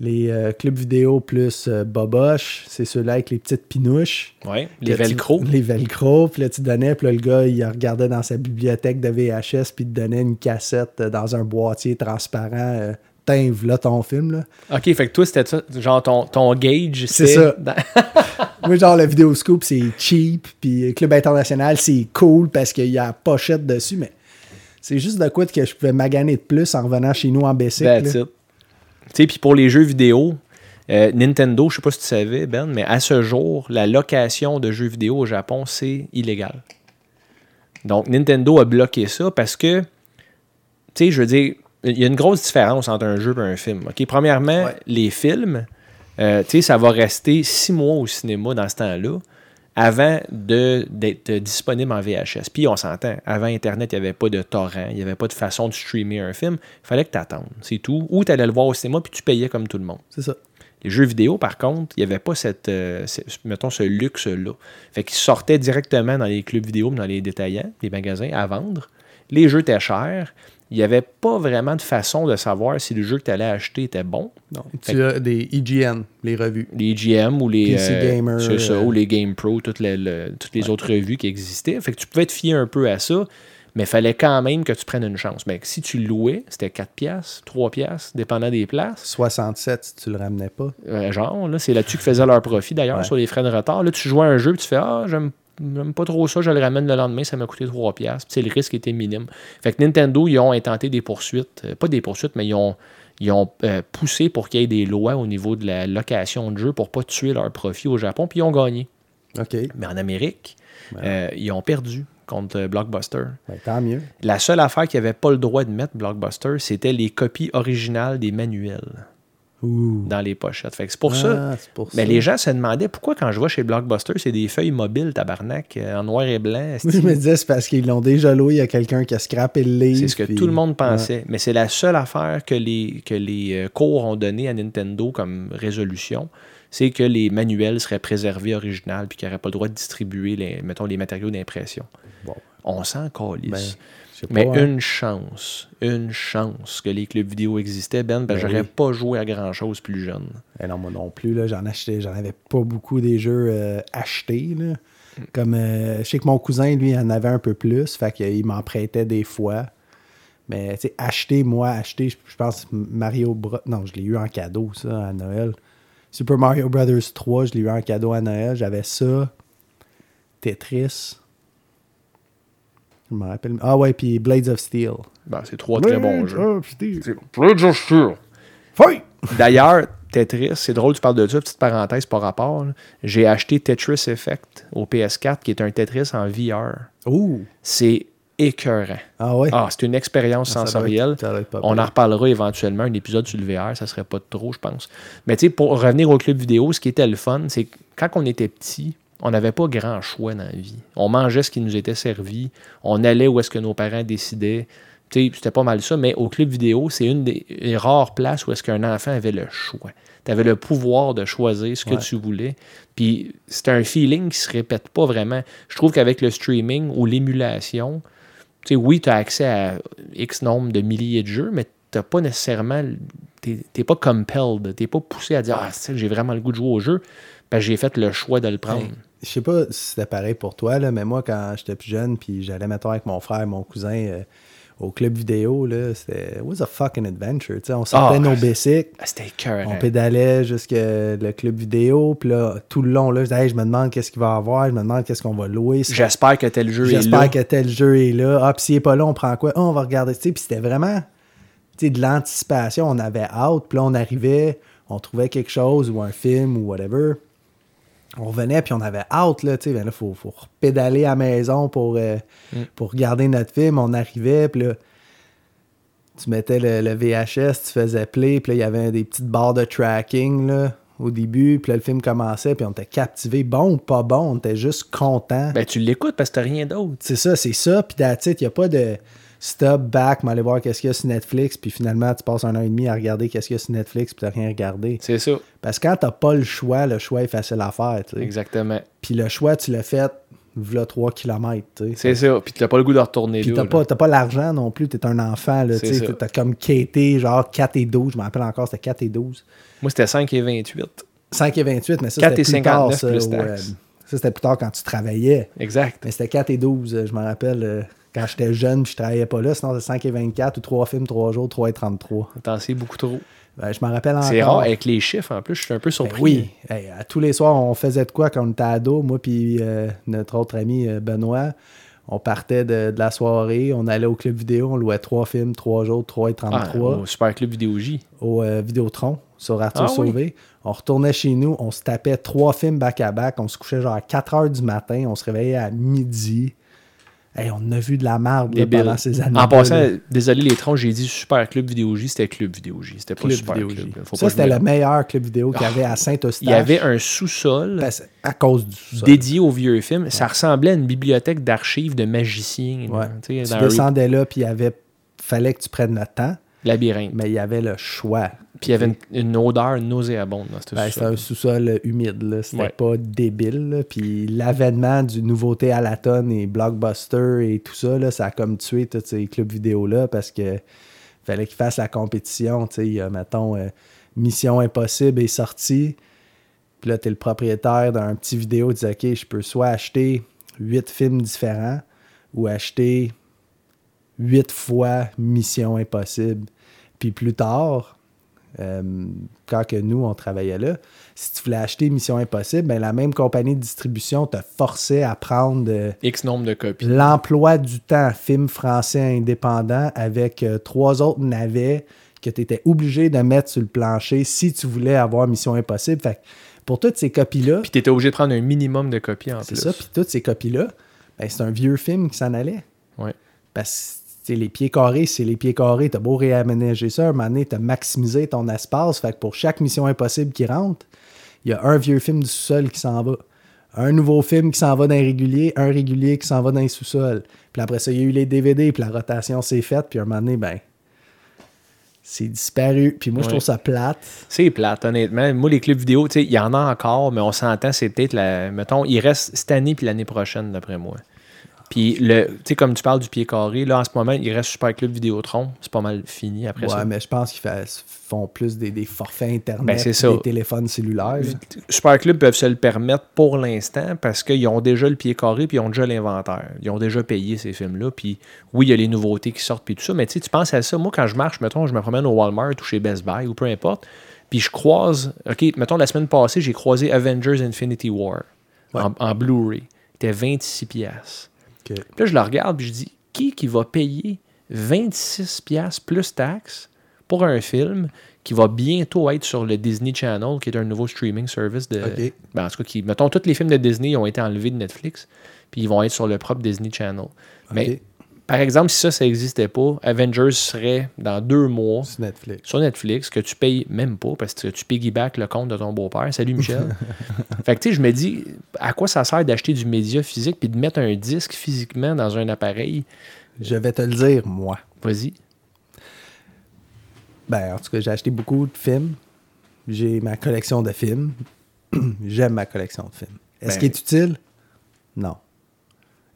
E: Les euh, clubs vidéo plus euh, boboche, c'est ceux-là avec les petites pinouches.
A: Ouais, les
E: Que tu-
A: velcro.
E: Les velcro, puis là, tu donnais, puis là, le gars, il regardait dans sa bibliothèque de VHS, puis il te donnait une cassette euh, dans un boîtier transparent. Euh, Tiens, voilà ton film, là.
A: OK, fait que toi, c'était ça. Genre, ton, ton gauge,
E: C'est
A: c'était
E: ça. [LAUGHS]
A: dans-
E: Moi, genre, le vidéo scoop, c'est cheap, puis Club International, c'est cool parce qu'il y a la pochette dessus, mais c'est juste de quoi que je pouvais maganer de plus en revenant chez nous en bicycle.
A: That's
E: là.
A: it. Tu sais, puis pour les jeux vidéo, euh, Nintendo, je sais pas si tu savais, Ben, mais à ce jour, la location de jeux vidéo au Japon, c'est illégal. Donc, Nintendo a bloqué ça parce que, tu sais, je veux dire, il y a une grosse différence entre un jeu et un film. OK? Premièrement, les films, euh, tu sais, ça va rester six mois au cinéma dans ce temps-là. avant de- d'être disponible en VHS. Puis on s'entend, avant Internet, il n'y avait pas de torrent, il n'y avait pas de façon de streamer un film. Il fallait que tu attendes, c'est tout. Ou tu allais le voir au cinéma, puis tu payais comme tout le monde.
E: C'est ça.
A: Les jeux vidéo, par contre, il n'y avait pas cette, euh, ce- mettons, ce luxe-là. Fait qu'ils sortaient directement dans les clubs vidéo, dans les détaillants, les magasins, à vendre. Les jeux étaient chers. Il n'y avait pas vraiment de façon de savoir si le jeu que tu allais acheter était bon.
E: Non. Tu as des IGN, les revues.
A: Les GM ou les
E: PC Gamer,
A: c'est ça,
E: euh,
A: ou les Game Pro, toutes les, le- toutes les autres revues qui existaient. Fait que tu pouvais te fier un peu à ça, mais il fallait quand même que tu prennes une chance. Mais si tu louais, c'était 4 piastres, 3 piastres, dépendant des places.
E: 67 si tu le ramenais pas.
A: Euh, genre, là, c'est là-dessus qu'ils faisaient leur profit d'ailleurs
E: Ouais.
A: sur les frais de retard. Là, tu jouais à un jeu, puis tu fais Ah, j'aime j'aime pas trop ça, je le ramène le lendemain, ça m'a coûté 3$. Puis tu sais, le risque était minime. Fait que Nintendo, ils ont intenté des poursuites, euh, pas des poursuites, mais ils ont, ils ont euh, poussé pour qu'il y ait des lois au niveau de la location de jeu pour pas tuer leur profit au Japon, puis ils ont gagné.
E: OK.
A: Mais en Amérique, euh, ils ont perdu contre euh, Blockbuster.
E: Ben, tant mieux.
A: La seule affaire qu'ils n'avaient pas le droit de mettre, Blockbuster, c'était les copies originales des manuels
E: Ouh.
A: dans les pochettes. Fait que c'est pour
E: Ah,
A: ça.
E: c'est pour
A: Mais
E: ça.
A: Ben,
E: [LAUGHS]
A: les gens se demandaient pourquoi quand je vois chez Blockbuster, c'est des feuilles mobiles tabarnak euh, en noir et blanc. esti.
E: Moi, je me disais, c'est parce qu'ils l'ont déjà loué. Il y a quelqu'un qui a scrappé le livre.
A: C'est ce que
E: puis-
A: tout le monde pensait. Mais c'est la seule affaire que les, que les euh, cours ont donné à Nintendo comme résolution. C'est que les manuels seraient préservés original puis qu'il n'y aurait pas le droit de distribuer les, mettons, les matériaux d'impression.
E: Bon.
A: On s'en calisse.
E: Ben, je sais pas,
A: Mais
E: hein.
A: une chance, une chance que les clubs vidéo existaient, Ben, parce que
E: Ben
A: j'aurais
E: oui.
A: pas joué à grand chose plus jeune.
E: Eh non, moi non plus. là, J'en achetais, j'en avais pas beaucoup des jeux euh, achetés. là. Comme euh, je sais que mon cousin, lui, en avait un peu plus. Fait qu'il m'en prêtait des fois. Mais tu sais, acheter, moi, acheter, je je pense Mario Bros. Non, je l'ai eu en cadeau, ça, à Noël. Super Mario Brothers 3, je l'ai eu en cadeau à Noël. J'avais ça. Tetris. Je me rappelle. Ah ouais, puis Blades of Steel.
A: Ben, c'est trois très bons jeux.
E: Fight!
A: D'ailleurs, Tetris, c'est drôle, tu parles de ça, petite parenthèse par rapport. là. J'ai acheté Tetris Effect au PS4, qui est un Tetris en VR.
E: Ouh!
A: C'est écœurant.
E: Ah ouais?
A: Ah, c'est une expérience
E: Ça doit être-
A: sensorielle.
E: ça doit être pas
A: On en
E: pire.
A: reparlera éventuellement, un épisode sur le VR, ça serait pas trop, je pense. Mais tu sais, pour revenir au club vidéo, ce qui était le fun, c'est que quand on était petit, on n'avait pas grand choix dans la vie. On mangeait ce qui nous était servi, on allait où est-ce que nos parents décidaient. Tu sais, c'était pas mal ça, mais au club vidéo, c'est une des des rares places où est-ce qu'un enfant avait le choix. Tu avais le pouvoir de choisir ce que tu voulais. Puis c'était un feeling qui se répète pas vraiment. Je trouve qu'avec le streaming ou l'émulation, tu sais, oui, tu as accès à X nombre de milliers de jeux, mais t'as pas nécessairement. T'es t'es pas compelled. T'es pas poussé à dire Ah, c'est ça, j'ai vraiment le goût de jouer au jeu. Parce que j'ai fait le choix de le prendre.
E: Ben, Je sais pas si c'était pareil pour toi, là, mais moi, quand j'étais plus jeune, puis j'allais, mettons, avec mon frère et mon cousin euh, au club vidéo, là, c'était it was a fucking adventure. tu sais. on sortait
A: Ah,
E: nos
A: c'est-
E: bicycles,
A: Ah, C'était cœur.
E: on pédalait jusqu'à le club vidéo, puis là, tout le long, là, je disais, Hey, je me demande qu'est-ce qu'il va y avoir, je me demande qu'est-ce qu'on va louer. ça-
A: J'espère que tel jeu est là.
E: J'espère que tel jeu est là. Ah, puis s'il est pas là, on prend quoi? Ah, on va regarder. Tu sais, puis c'était vraiment tu sais, de l'anticipation. On avait hâte, puis là, on arrivait, on trouvait quelque chose ou un film ou whatever. On revenait, puis on avait hâte, là, tu sais, ben là, faut, faut pédaler à la maison pour, euh,
A: Mm.
E: pour regarder notre film. On arrivait, puis là, tu mettais le, le VHS, tu faisais play, puis là, il y avait des petites barres de tracking, là, au début, puis là, le film commençait, puis on était captivé, bon ou pas bon, on était juste content.
A: Ben, tu l'écoutes parce que t'as rien d'autre.
E: C'est ça, c'est ça. Puis that's it. Il n'y a pas de stop back, mais aller voir qu'est-ce qu'il y a sur Netflix. Puis finalement, tu passes un an et demi à regarder qu'est-ce qu'il y a sur Netflix, puis tu rien regardé.
A: C'est ça.
E: Parce que quand tu pas le choix, le choix est facile à faire. tu sais.
A: Exactement.
E: Puis le choix, tu l'as fait, v'là 3 km. Tu sais.
A: C'est ça. Puis t'as pas le goût de retourner
E: Puis
A: là.
E: t'as pas, t'as pas l'argent non plus, t'es un enfant, là,
A: C'est
E: tu sais,
A: ça.
E: t'as comme quêté, genre 4 et 12, je me rappelle encore, c'était 4 et 12.
A: Moi, c'était 5 et 28.
E: 5 et 28, mais ça,
A: 4
E: c'était
A: et
E: plus tard,
A: 59
E: ça,
A: plus
E: au,
A: taxes.
E: euh, ça, c'était plus tard quand tu travaillais.
A: Exact.
E: Mais c'était 4 et 12, euh, je me rappelle. euh, Quand j'étais jeune, puis je travaillais pas là, sinon c'était 5 et 24 ou 3 films, 3 jours, 3 et 33.
A: T'en sais beaucoup trop.
E: Ben, je m'en rappelle encore.
A: C'est rare avec les chiffres en plus. Je suis un peu
E: Ben
A: surpris.
E: oui. Hey, à tous les soirs, on faisait de quoi quand on était ado, moi puis euh, notre autre ami euh, Benoît. On partait de, de la soirée, on allait au club vidéo, on louait 3 films, 3 jours, 3 et
A: Ah,
E: 33
A: au Super Club Vidéo J.
E: au euh, Vidéotron sur Arthur
A: Ah oui.
E: Sauvé. On retournait chez nous, on se tapait trois films back-à-back. On se couchait genre à 4 heures du matin, on se réveillait à midi. Hey, on en a vu de la merde là,
A: Débile.
E: pendant ces années.
A: En passant, désolé les troncs, j'ai dit Super Club Vidéo J, c'était Club Vidéo J. C'était pas
E: Club
A: Super
E: Vidéo
A: Club.
E: J.
A: là. Faut pas
E: Ça,
A: que
E: c'était
A: je me-
E: le meilleur club vidéo qu'il y avait à Saint-Eustache.
A: Il y avait un sous-sol
E: Parce- à cause du sous-sol.
A: dédié aux vieux films. Ça ressemblait à une bibliothèque d'archives de magiciens. là,
E: Ouais.
A: tu sais,
E: Tu
A: dans Harry-
E: descendais là, puis il y avait... fallait que tu prennes le temps,
A: labyrinthe.
E: mais il y avait le choix.
A: Puis il y avait une, une odeur nauséabonde dans ce
E: Ben, c'était
A: sous-sol.
E: un sous-sol humide, là. c'était
A: Ouais.
E: pas débile. là. Puis l'avènement du nouveauté à la tonne et blockbuster et tout ça, là, ça a comme tué tous ces clubs vidéo-là parce que fallait qu'ils fassent la compétition. tu sais, il y a, mettons, euh, Mission Impossible est sortie. Puis là, tu es le propriétaire d'un petit vidéo, tu dis OK, je peux soit acheter huit films différents ou acheter huit fois Mission Impossible. Puis plus tard, euh, quand que nous, on travaillait là, si tu voulais acheter Mission Impossible, ben, la même compagnie de distribution te forçait à prendre euh,
A: X nombre de copies.
E: l'emploi du temps film français indépendant avec euh, trois autres navets que tu étais obligé de mettre sur le plancher si tu voulais avoir Mission Impossible. Fait que pour toutes ces copies-là,
A: Puis t'étais obligé de prendre un minimum de copies en
E: c'est
A: plus.
E: ça, puis toutes ces copies-là, ben, c'est un vieux film qui s'en allait.
A: Ouais.
E: Parce que tu sais, les pieds carrés, c'est les pieds carrés. T'as beau réaménager ça, à un moment donné, t'as maximisé ton espace. Fait que pour chaque mission impossible qui rentre, il y a un vieux film du sous-sol qui s'en va. Un nouveau film qui s'en va dans les réguliers, un régulier qui s'en va dans les sous-sols. Puis après ça, il y a eu les DVD, puis la rotation s'est faite, puis à un moment donné, ben, c'est disparu. Puis moi, je
A: Ouais.
E: trouve ça plate.
A: C'est plate, honnêtement. Moi, les clubs vidéo, tu sais, il y en a encore, mais on s'entend, c'est peut-être la. Mettons, il reste cette année puis l'année prochaine, d'après moi. Puis, le, tu sais, comme tu parles du pied carré, là, en ce moment, il reste Super Club Vidéotron. C'est pas mal fini après
E: Ouais,
A: ça.
E: mais je pense qu'ils fa- font plus des, des forfaits Internet,
A: Ben, c'est
E: puis
A: ça.
E: des téléphones cellulaires. là.
A: Super Club peuvent se le permettre pour l'instant parce qu'ils ont déjà le pied carré puis ils ont déjà l'inventaire. Ils ont déjà payé ces films-là. Puis oui, il y a les nouveautés qui sortent puis tout ça. Mais tu sais, tu penses à ça. Moi, quand je marche, mettons, je me promène au Walmart ou chez Best Buy ou peu importe. Puis je croise. OK, mettons, la semaine passée, j'ai croisé Avengers Infinity War en, en Blu-ray. C'était 26$. piastres.
E: Que-
A: Puis là, je le regarde puis je dis qui qui va payer 26$ piastres plus taxes pour un film qui va bientôt être sur le Disney Channel, qui est un nouveau streaming service de.
E: Ok.
A: Ben, en tout cas, qui, mettons, tous les films de Disney ont été enlevés de Netflix, puis ils vont être sur le propre Disney Channel.
E: Ok.
A: Mais par exemple, si ça, ça n'existait pas, Avengers serait dans deux mois
E: sur Netflix.
A: sur Netflix que tu payes même pas parce que tu piggyback le compte de ton beau-père. Salut
E: [LAUGHS]
A: Michel. fait que tu sais, je me dis, à quoi ça sert d'acheter du média physique puis de mettre un disque physiquement dans un appareil?
E: Je vais te le dire, moi.
A: Vas-y.
E: Ben, en tout cas, j'ai acheté beaucoup de films. J'ai ma collection de films. [CLEARS THROAT] J'aime ma collection de films. Est-ce
A: Ben-
E: qu'il est utile? Non.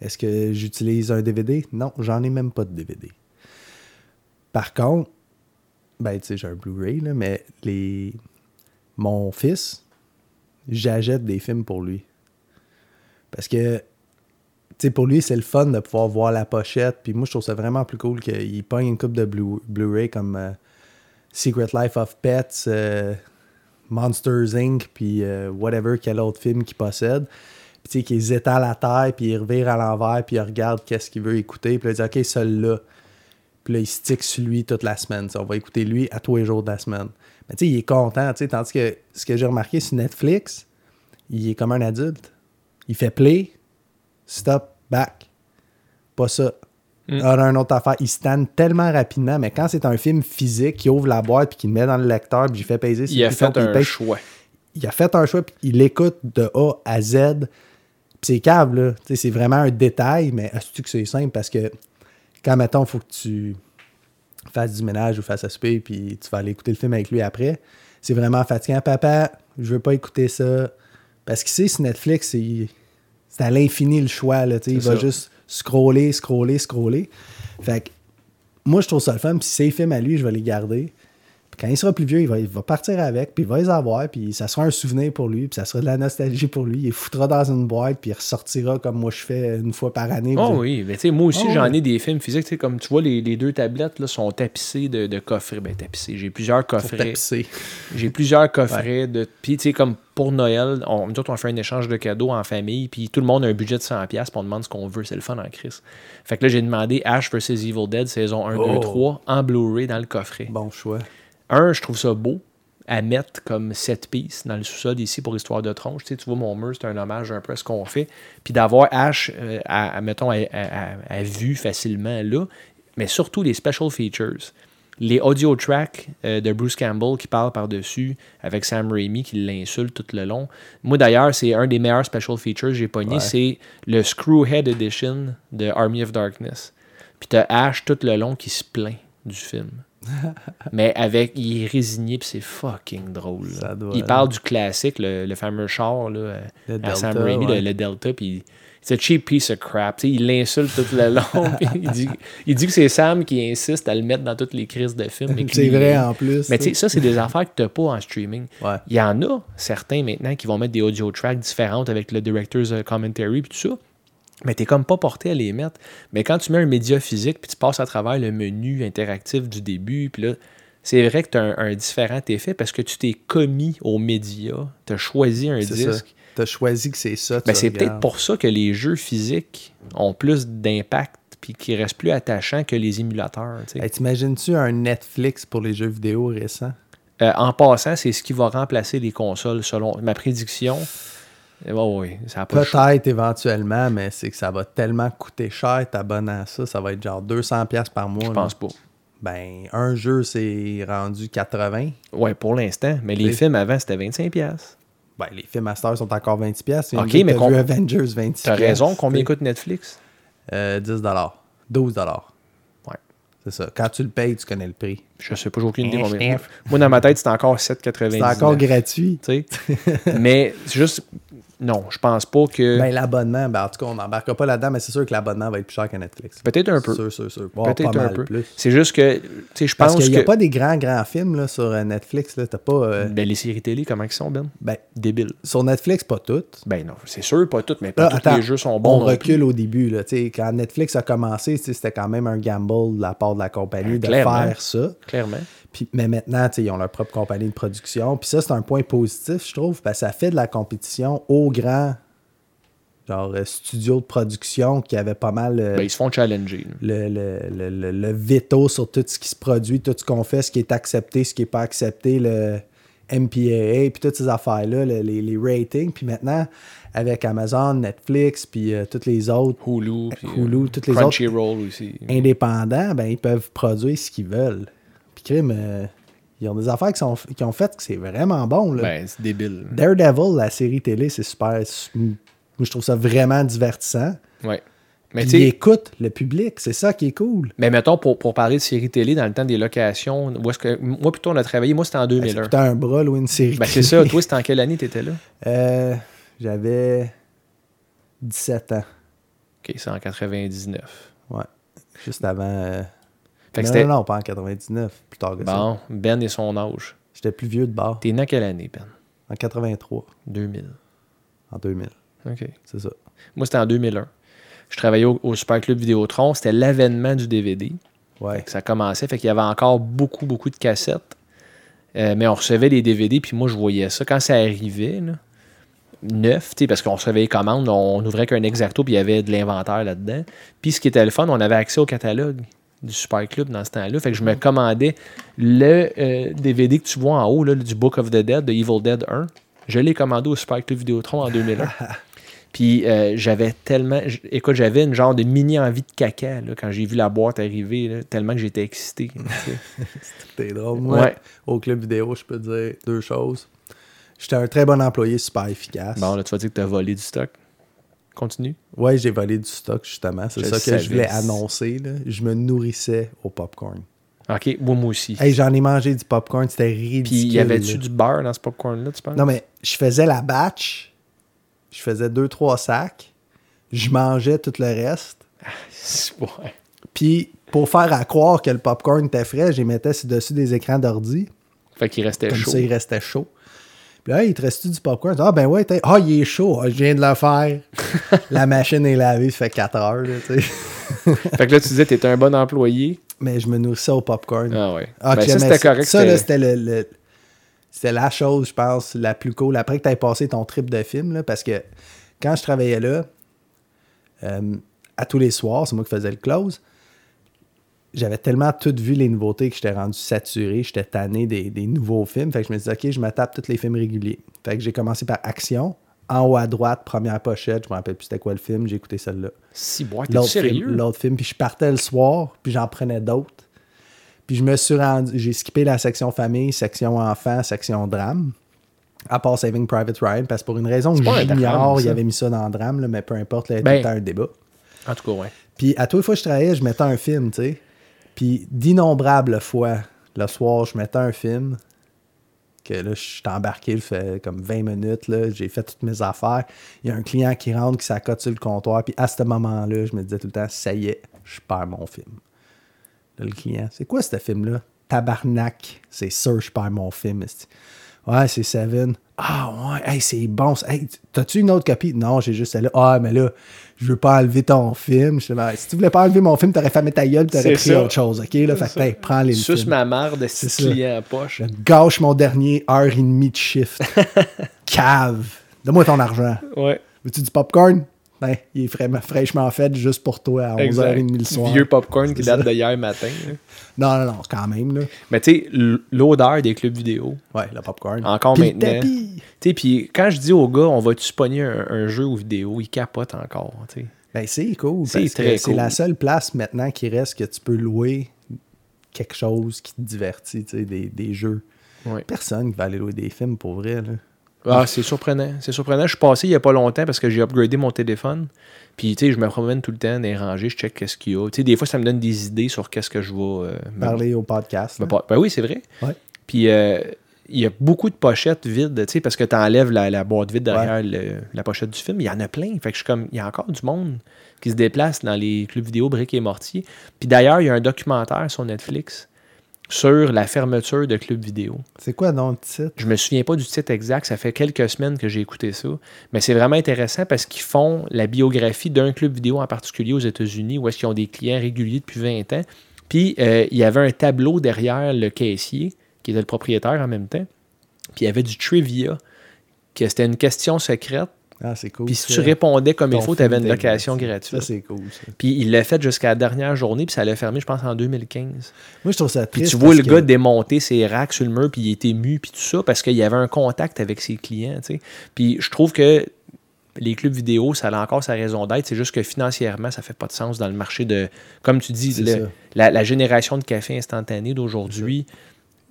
E: Est-ce que j'utilise un DVD? Non, j'en ai même pas de DVD. Par contre, ben, tu sais, j'ai un Blu-ray, là, mais les... mon fils, j'achète des films pour lui. Parce que, tu sais, pour lui, c'est le fun de pouvoir voir la pochette. Puis moi, je trouve ça vraiment plus cool qu'il pogne une coupe de Blu- Blu-ray comme euh, Secret Life of Pets, euh, Monsters Inc., puis euh, whatever, quel autre film qu'il possède. Puis tu sais, qu'ils étalent à terre, puis ils revirent à l'envers, puis ils regardent qu'est-ce qu'il veut écouter. Puis là, ils disent, OK, celui-là. Puis là, il stick sur lui toute la semaine. Ça, on va écouter lui à tous les jours de la semaine. Mais tu sais, il est content, tu sais. Tandis que ce que j'ai remarqué sur Netflix, il est comme un adulte. Il fait play, stop, back. Pas ça.
A: Mm.
E: Ah, non, une autre affaire. Il stand tellement rapidement, mais quand c'est un film physique, qui ouvre la boîte puis qui le met dans le lecteur, puis j'ai fait peser sur
A: Il a
E: le bouton,
A: fait
E: puis il
A: un
E: pèse.
A: choix.
E: Il a fait un choix, puis il écoute de A à Z. Puis c'est câble, là. Tu sais, c'est vraiment un détail, mais est-ce que c'est simple? Parce que quand, mettons, il faut que tu fasses du ménage ou fasses à souper, puis tu vas aller écouter le film avec lui après, c'est vraiment fatigant. Papa, je veux pas écouter ça. Parce qu'ici, sur Netflix, c'est c'est à l'infini le choix, là. Tu sais, il
A: C'est
E: va
A: ça.
E: juste scroller, scroller, scroller. Fait que moi, je trouve ça le fun, puis ses films à lui, je vais les garder. Puis quand il sera plus vieux, il va, il va partir avec, puis il va les avoir, puis ça sera un souvenir pour lui, puis ça sera de la nostalgie pour lui. Il les foutra dans une boîte, puis il ressortira comme moi je fais une fois par année.
A: Oh
E: Vous-
A: oui, mais tu sais, moi aussi,
E: Oh
A: j'en
E: oui.
A: ai des films physiques. Tu sais, comme tu vois, les, les deux tablettes là, sont tapissées de, de coffrets. Ben, tapissées. J'ai plusieurs
E: pour
A: coffrets.
E: tapisser.
A: J'ai plusieurs coffrets de. Puis, tu sais, comme pour Noël, on, nous autres, on fait un échange de cadeaux en famille, puis tout le monde a un budget de 100$, puis on demande ce qu'on veut. C'est le fun en crise. Fait que là, j'ai demandé Ash vs Evil Dead saison 1, 2,
E: Oh.
A: 3 en Blu-ray dans le coffret.
E: Bon choix.
A: Un, je trouve ça beau. à mettre comme set piece dans le sous-sol ici pour Histoire de Tronche. Tu, sais, tu vois, mon mur, c'est un hommage un peu à ce qu'on fait. Puis d'avoir H, euh, à, à- mettons, à, à- à- à vue facilement là, mais surtout les special features. Les audio tracks euh, de Bruce Campbell qui parle par-dessus avec Sam Raimi qui l'insulte tout le long. Moi d'ailleurs, c'est un des meilleurs special features que j'ai pogné, c'est le Screwhead Edition de Army of Darkness. Puis t'as Ash tout le long qui se plaint du film. Mais avec, il est résigné, puis c'est fucking drôle. là.
E: Ça doit,
A: il
E: là.
A: parle du classique, le, le fameux char, là, euh,
E: Le
A: à
E: Delta,
A: Sam Raimi,
E: ouais.
A: le, le Delta, puis c'est cheap piece of crap. tu sais, il l'insulte tout le long,
E: [LAUGHS]
A: puis il dit, il dit que c'est Sam qui insiste à le mettre dans toutes les crises de films.
E: [LAUGHS]
A: mais que
E: C'est
A: lui-
E: vrai, en plus,
A: Mais tu sais,
E: tu
A: ça, c'est des affaires que t'as pas en streaming.
E: Ouais.
A: Il y en a certains maintenant qui vont mettre des audio tracks différentes avec le director's euh, commentary, puis tout ça. Mais t'es comme pas porté à les mettre. Mais quand tu mets un média physique, puis tu passes à travers le menu interactif du début, puis là, c'est vrai que t'as un, un différent effet parce que tu t'es commis au média, t'as choisi un
E: C'est ça.
A: disque.
E: T'as choisi que c'est ça. tu
A: Ben, c'est peut-être
E: regardes.
A: pour ça que les jeux physiques ont plus d'impact puis qu'ils restent plus attachants que les émulateurs. tu sais.
E: Hey, T'imagines-tu un Netflix pour les jeux vidéo récents?
A: Euh, en passant, c'est ce qui va remplacer les consoles selon ma prédiction. Euh, ouais, ouais, ça a pas le choix.
E: Peut-être éventuellement, mais c'est que ça va tellement coûter cher t'abonner à ça. Ça va être genre 200$ piastres par mois.
A: Je
E: là.
A: pense pas.
E: Ben, un jeu, c'est rendu 80.
A: Ouais, pour l'instant. Mais les
E: Oui.
A: films avant, c'était 25$. piastres.
E: Ben, les films à cette heure sont encore 20$. piastres.
A: Ok,
E: Tu viens de
A: mais
E: dire que
A: qu'on-
E: t'as vu Avengers 26$.
A: T'as raison, combien
E: tu sais.
A: coûte Netflix?
E: Euh, 10$. 12$.
A: Ouais.
E: C'est ça. Quand tu le payes, tu connais le prix.
A: Je sais pas, j'ai aucune idée. combien. Moi, dans ma tête, c'est encore 7,99$.
E: C'est encore gratuit.
A: tu
E: [LAUGHS]
A: sais. Mais c'est juste. Non, je pense pas que.
E: Ben, l'abonnement, ben, en tout cas, on n'embarquera pas là-dedans, mais c'est sûr que l'abonnement va être plus cher que Netflix.
A: Peut-être un peu.
E: Sûr, sûr, sûr. Bon, pas
A: Peut-être un
E: mal
A: peu.
E: plus.
A: C'est juste que, tu sais, je pense
E: Parce qu'il n'y a
A: que.
E: pas des grands, grands films là, sur euh, Netflix. Là. T'as pas, euh,
A: Ben, les séries télé, comment ils sont, Ben
E: ben,
A: Débiles.
E: sur Netflix, pas toutes.
A: Ben non, c'est sûr, pas toutes, mais pas
E: Là,
A: tous
E: attends,
A: les jeux sont bons.
E: On
A: non
E: recule au début. Là, Tu sais, quand Netflix a commencé, tu sais, c'était quand même un gamble de la part de la compagnie
A: Ben,
E: de
A: clairement.
E: faire ça.
A: plus, Clairement.
E: Puis, mais maintenant, tu sais, ils ont leur propre compagnie de production. Puis ça, c'est un point positif, je trouve, parce que ça fait de la compétition aux grands genre, euh, studios de production qui avaient pas mal euh,
A: Ben, ils se font challenger. là.
E: le, le, le, le- le veto sur tout ce qui se produit, tout ce qu'on fait, ce qui est accepté, ce qui n'est pas accepté, le MPAA, puis toutes ces affaires-là, le- les, les ratings. Puis maintenant, avec Amazon, Netflix, puis euh, toutes les autres
A: Hulu, puis,
E: Hulu,
A: euh,
E: toutes les
A: Crunchyroll aussi.
E: indépendants, ben, ils peuvent produire ce qu'ils veulent. Puis crime, euh, ils ont des affaires qui, sont, qui ont fait que c'est vraiment bon. Là.
A: Ben, c'est débile.
E: Daredevil, la série télé, c'est super. c'est- Moi, je trouve ça vraiment divertissant.
A: Ouais. Mais
E: Puis
A: Ben, tu
E: ils
A: sais.
E: écoutent le public, c'est ça qui est cool. Ben,
A: Mais mettons, pour, pour parler de séries télé dans le temps des locations, où est-ce que. Moi, plutôt, on a travaillé. Moi, c'était en
E: Ben, C'est
A: 2001.
E: plutôt un bras ou une série
A: Ben, c'est
E: télé.
A: ça. Toi, c'était en quelle année t'étais là
E: [LAUGHS] Euh, J'avais 17 ans.
A: Ok, c'est en 99.
E: Ouais. Juste avant. euh,
A: Fait que
E: non,
A: c'était-
E: non, non, pas en 99, plus tard que ça.
A: Bon, Ben et son âge.
E: J'étais plus vieux de bord.
A: T'es né en quelle année, Ben
E: En 83,
A: 2000.
E: en 2000.
A: Ok.
E: C'est ça.
A: Moi, c'était en 2001. Je travaillais au, au Super Club Vidéotron. C'était l'avènement du DVD. Fait
E: Ouais.
A: que Ça commençait. Fait qu'il y avait encore beaucoup, beaucoup de cassettes. Euh, mais on recevait les DVD, puis moi, je voyais ça. Quand ça arrivait, là, neuf, tu sais, parce qu'on recevait les commandes, on n'ouvrait qu'un exacto, puis il y avait de l'inventaire là-dedans. Puis ce qui était le fun, on avait accès au catalogue du Super Club dans ce temps-là. Fait que je me commandais le euh, DVD que tu vois en haut, là, du Book of the Dead, de Evil Dead 1. Je l'ai commandé au Super Club Vidéotron en 2001. Puis euh, j'avais tellement. j- Écoute, j'avais une genre de mini envie de caca là, quand j'ai vu la boîte arriver, là, tellement que j'étais excité. tu sais.
E: C'était drôle. Moi,
A: Ouais.
E: au club vidéo, je peux te dire deux choses. J'étais un très bon employé, super efficace.
A: bon, là, tu vas dire que tu as volé du stock. Continue.
E: Ouais, j'ai volé du stock, justement. C'est
A: Je
E: ça que
A: le
E: je voulais
A: savais.
E: annoncer. là. Je me nourrissais au popcorn.
A: OK, moi, moi aussi.
E: Hey, j'en ai mangé du popcorn, c'était ridicule.
A: Puis y avait-tu
E: là.
A: du beurre dans ce popcorn-là, tu penses?
E: Non, mais je faisais la batch. Je faisais deux, trois sacs. Je mangeais tout le reste.
A: [LAUGHS] Ouais.
E: Puis, pour faire à croire que le popcorn était frais, j'y mettais sur-dessus des écrans d'ordi.
A: Fait qu'il restait
E: Comme
A: chaud.
E: ça, il restait chaud. Puis là, il te reste du popcorn? Ah, ben ouais, t'as- ah, il est chaud. Ah, je viens de
A: [LAUGHS]
E: le faire. la machine est lavée, ça fait 4 heures. là, tu sais.
A: Fait que là, tu disais, t'étais un bon employé.
E: Mais je me nourrissais au popcorn.
A: Ah ouais.
E: Ah,
A: Ben,
E: que
A: ça,
E: j'aimais
A: c'était correct.
E: Ça, là,
A: c'était-
E: c'était le, le- c'était la chose, je pense, la plus cool. Après que tu passé ton trip de film, là, parce que quand je travaillais là, euh, à tous les soirs, c'est moi qui faisais le close, j'avais tellement tout vu les nouveautés que j'étais rendu saturé, j'étais tanné des, des nouveaux films. Fait que je me disais, OK, je me tape tous les films réguliers. Fait que j'ai commencé par Action. En haut à droite, première pochette, je me rappelle plus c'était quoi le film, j'ai écouté celle-là.
A: Si, bois, t'es
E: L'autre film,
A: Ah, sérieux?
E: l'autre film. Puis je partais le soir, puis j'en prenais d'autres. Puis je me suis rendu, j'ai skippé la section famille, section enfant, section drame, à part Saving Private Ryan, parce que pour une raison que
A: pas un drame,
E: j'ignore, il
A: ça.
E: avait mis ça dans le drame, là, mais peu importe, là, il y a
A: Ben.
E: tout le temps un débat.
A: En tout cas, ouais.
E: Puis à toutes les fois que je travaillais, je mettais un film, tu sais. Puis d'innombrables fois, le soir, je mettais un film. Que là, je suis embarqué, il fait comme 20 minutes, là, j'ai fait toutes mes affaires. Il y a un client qui rentre, qui s'accote sur le comptoir. Puis à ce moment-là, je me disais tout le temps, ça y est, je perds mon film. Là, le client, c'est quoi ce film-là? Tabarnak, c'est sûr, je perds mon film. esti. Ouais, c'est Seven. Ah ouais, hey, c'est bon. ça. Hey, t'as-tu une autre copie? Non, j'ai juste celle-là. Ah, mais là, je veux pas enlever ton film. Je fais, Ben, si tu voulais pas enlever mon film, t'aurais fermé ta gueule, t'aurais
A: C'est
E: pris
A: ça.
E: autre chose, ok? Là, fait que, hey, prends les le
A: Suce
E: film.
A: ma mère de six
E: C'est ça.
A: clients à poche.
E: Je gâche mon dernier heure et demie
A: [LAUGHS]
E: de shift. Cave. Donne-moi ton argent.
A: Ouais.
E: Veux-tu du popcorn? Ben, il est fra- fraîchement fait juste pour toi à 11h30 le soir.
A: Vieux popcorn qui
E: C'est ça.
A: date d'hier matin. là.
E: Non, non, non, quand même, là.
A: Mais tu sais, l- l'odeur des clubs vidéo,
E: Ouais, le popcorn.
A: encore
E: Puis le
A: maintenant.
E: tapis.
A: Tu sais, puis quand je dis aux gars, on va-tu pogner un, un jeu ou vidéo, ils capotent encore, tu sais.
E: Ben, c'est cool.
A: C'est
E: parce que
A: très
E: C'est
A: cool.
E: la seule place maintenant qui reste que tu peux louer quelque chose qui te divertit, tu sais, des, des jeux.
A: Ouais.
E: Personne qui va aller louer des films pour vrai, là.
A: Ah, c'est surprenant. C'est surprenant. Je suis passé il n'y a pas longtemps parce que j'ai upgradé mon téléphone. Puis, tu sais, je me promène tout le temps dans les rangées, je check qu'est-ce qu'il y a. Tu sais, des fois, ça me donne des idées sur qu'est-ce que je vais. euh, me-
E: Parler au podcast.
A: me
E: là.
A: par- Ben oui, c'est vrai.
E: Ouais.
A: Puis, euh, il y a beaucoup de pochettes vides, tu sais, parce que tu enlèves la, la boîte vide derrière le- la pochette du film. Il y en a plein. Fait que je suis comme, il y a encore du monde qui se déplace dans les clubs vidéo briques et mortiers. Puis d'ailleurs, il y a un documentaire sur Netflix sur la fermeture de clubs vidéo.
E: C'est quoi, non, le titre?
A: Je me souviens pas du titre exact, ça fait quelques semaines que j'ai écouté ça, mais c'est vraiment intéressant parce qu'ils font la biographie d'un club vidéo en particulier aux États-Unis où est-ce qu'ils ont des clients réguliers depuis 20 ans. Puis euh, il y avait un tableau derrière le caissier, qui était le propriétaire en même temps, puis il y avait du trivia, que c'était une question secrète,
E: Ah, c'est cool.
A: puis si
E: ça.
A: tu répondais comme il
E: Ton
A: faut, tu
E: film
A: avais une
E: était
A: location
E: Ça,
A: gratuite.
E: c'est cool, ça.
A: Puis il l'a fait jusqu'à la dernière journée, puis ça l'a fermé, je pense, en 2015.
E: Moi, je trouve ça
A: Puis
E: triste.
A: tu vois
E: parce
A: le
E: que-
A: gars démonter ses racks sur le mur, puis il était ému, puis tout ça, parce qu'il y avait un contact avec ses clients. tu sais. Puis je trouve que les clubs vidéo, ça a encore sa raison d'être. C'est juste que financièrement, ça fait pas de sens dans le marché de. Comme tu dis,
E: C'est
A: le-
E: ça.
A: la, la génération de café instantané d'aujourd'hui.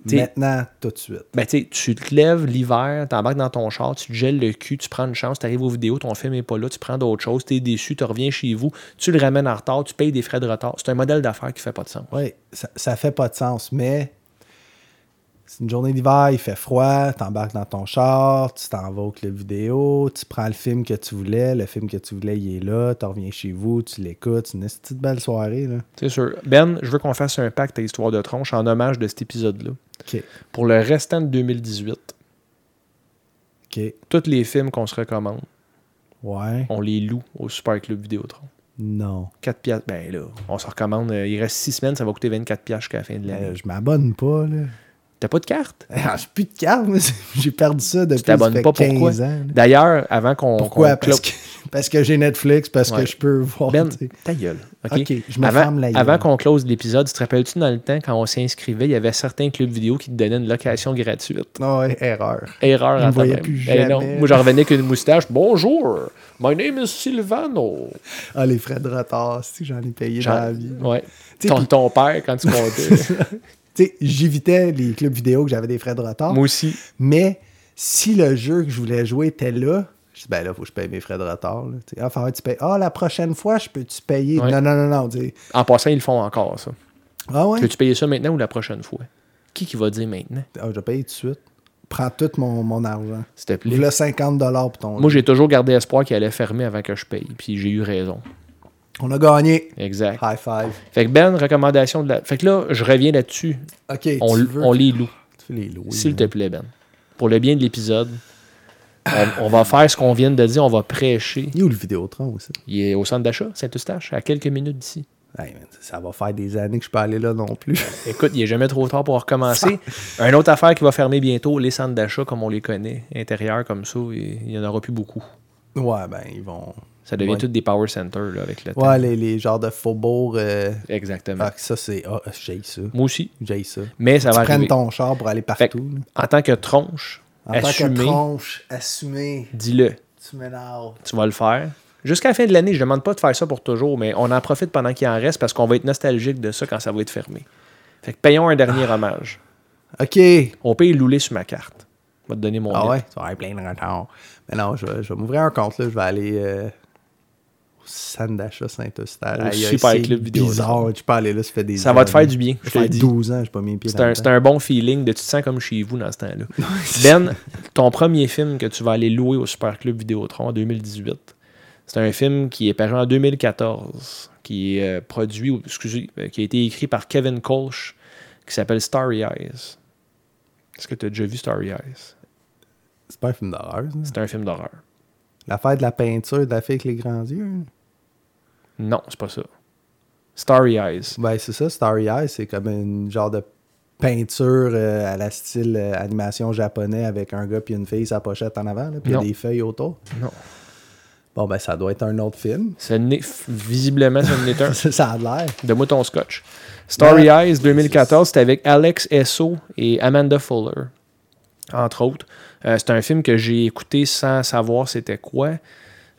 A: tu sais,
E: Maintenant, tout de suite.
A: ben, tu sais, tu te lèves l'hiver, t'embarques dans ton char, tu te gèles le cul, tu prends une chance, t'arrives aux vidéos, ton film n'est pas là, tu prends d'autres choses, t'es déçu, tu reviens chez vous, tu le ramènes en retard, tu payes des frais de retard. C'est un modèle d'affaires qui fait pas de sens.
E: Oui, ça, ça fait pas de sens, mais c'est une journée d'hiver, il fait froid, t'embarques dans ton char, tu t'en vas au club vidéo, tu prends le film que tu voulais, le film que tu voulais, il est là, t'en reviens chez vous, tu l'écoutes, c'est une petite belle soirée, là.
A: C'est sûr. Ben, je veux qu'on fasse un pacte à Histoire de tronche en hommage de cet épisode-là.
E: OK,
A: Pour le restant de 2018,
E: OK,
A: tous les films qu'on se recommande,
E: ouais,
A: on les loue au Super Club Vidéotron.
E: non.
A: 4 piastres. Ben là, on se recommande. euh, il reste 6 semaines, ça va coûter 24 piastres jusqu'à la fin de l'année.
E: Euh, je m'abonne pas, là. [LAUGHS]
A: T'as pas de carte?
E: Ah, J'ai plus de carte, moi, [LAUGHS] j'ai perdu ça depuis
A: Tu t'abonnes
E: ça fait
A: pas
E: 15
A: pourquoi?
E: ans. là.
A: D'ailleurs, avant qu'on.
E: Pourquoi?
A: qu'on clo-
E: Parce que, [LAUGHS] parce que j'ai Netflix, parce
A: Ouais.
E: que je peux voir. [LAUGHS]
A: Ben,
E: tu sais.
A: ta gueule. OK,
E: Ok, je me
A: avant,
E: ferme la gueule.
A: Avant qu'on close l'épisode, tu te rappelles-tu dans le temps, quand on s'inscrivait, il y avait certains clubs vidéo qui te donnaient une location gratuite?
E: Ah Ouais, erreur.
A: Erreur
E: Je
A: en
E: me voyais
A: temps même.
E: plus
A: Eh non,
E: jamais.
A: Moi, j'en revenais qu'une moustache. Bonjour, my name is Silvano.
E: Ah, les frais de retard, si j'en ai payé dans la vie.
A: Ouais.
E: Tu sais,
A: Ton,
E: puis-
A: ton père, quand tu
E: [LAUGHS]
A: comptais.
E: Tu sais, j'évitais les clubs vidéo que j'avais des frais de retard.
A: Moi aussi.
E: Mais si le jeu que je voulais jouer était là, je dis, ben là, faut que je paye mes frais de retard. là. Tu sais, Ah, faut que tu payes. Ah, la prochaine fois, je peux-tu payer?
A: Ouais.
E: Non, non, non, non. tu sais.
A: En passant, ils le font encore, ça.
E: Ah ouais?
A: Veux-tu payer ça maintenant ou la prochaine fois? Qui qui va dire maintenant,
E: Ah, je vais payer tout de suite. Prends tout mon, mon argent.
A: s'il te plaît?
E: Là, 50 pour ton
A: Moi,
E: jeu.
A: j'ai toujours gardé espoir qu'il allait fermer avant que je paye. Puis j'ai eu raison.
E: On a gagné.
A: Exact.
E: High five.
A: Fait que Ben, recommandation de la. Fait que là, je reviens là-dessus.
E: OK,
A: On,
E: tu veux...
A: on les loue.
E: Tu veux les louer.
A: S'il te plaît, Ben. Pour le bien de l'épisode, on- on va faire ce qu'on vient de dire. On va prêcher.
E: Il est où le Vidéotron aussi?
A: Il est au centre d'achat, Saint-Eustache, à quelques minutes d'ici.
E: Hey, man, ça va faire des années que je peux aller là non plus. [LAUGHS]
A: Écoute, il n'est jamais trop tard pour recommencer. Une autre affaire qui va fermer bientôt, les centres d'achat comme on les connaît, intérieurs comme ça, il il y en aura plus beaucoup.
E: ouais, ben, ils vont...
A: Ça devient
E: Ouais.
A: tout des power centers là, avec le temps.
E: Ouais, les, les genres de faubourgs. euh,
A: Exactement.
E: ah, que ça, c'est. Ah, j'ai ça.
A: Moi aussi.
E: J'ai ça.
A: Mais ça
E: tu
A: va
E: prennes
A: arriver.
E: ton char pour aller
A: Fait
E: partout.
A: que,
E: là.
A: en tant que tronche,
E: En tant que
A: assumé,
E: tronche, assumé,
A: dis-le.
E: tu m'énerves.
A: Tu vas le faire. Jusqu'à la fin de l'année, je ne demande pas de faire ça pour toujours, mais on en profite pendant qu'il en reste parce qu'on va être nostalgique de ça quand ça va être fermé. Fait que payons un dernier
E: Ah.
A: hommage.
E: Ok.
A: On paye louler sur ma carte. Je vais te donner mon
E: Ah
A: net.
E: ouais, tu vas avoir plein de retards. Mais non, je vais, je vais m'ouvrir un compte, là. Je vais aller euh, au centre d'achat Saint-Eustache.
A: Au
E: Aïe, aïe,
A: Super
E: c'est
A: Club Vidéo,
E: bizarre. Tu peux aller là, ça fait des
A: Ça va te faire du bien,
E: Ça
A: je te
E: fait
A: le dis.
E: 12 ans, j'ai pas mis les pieds
A: C'est un, c'est un bon feeling de tu te sens comme chez vous dans ce [LAUGHS] temps-là. ben, ton premier film que tu vas aller louer au Super Club Vidéotron en 2018, c'est un film qui est paru en 2014, qui est euh, produit, ou, excusez, euh, qui a été écrit par Kevin Kolsch, qui s'appelle Starry Eyes. Est-ce que tu as déjà vu Starry Eyes?
E: C'est pas un film d'horreur, ça.
A: C'est un film d'horreur.
E: L'affaire de la peinture de la fille avec les grands yeux. là.
A: Non, c'est pas ça. Starry Eyes.
E: Ben, c'est ça, Starry Eyes, c'est comme une genre de peinture euh, à la style euh, animation japonais avec un gars puis une fille, sa pochette en avant, là, puis il y a
A: Non.
E: des feuilles autour.
A: Non.
E: Bon, ben, ça doit être un autre film. [LAUGHS]
A: Ça n'est- visiblement, ça n'est [LAUGHS] un.
E: ça a l'air.
A: Donne-moi ton scotch. Starry
E: Ben,
A: Eyes 2014, c'était avec Alex Esso et Amanda Fuller, entre autres. Euh, c'est un film que j'ai écouté sans savoir c'était quoi.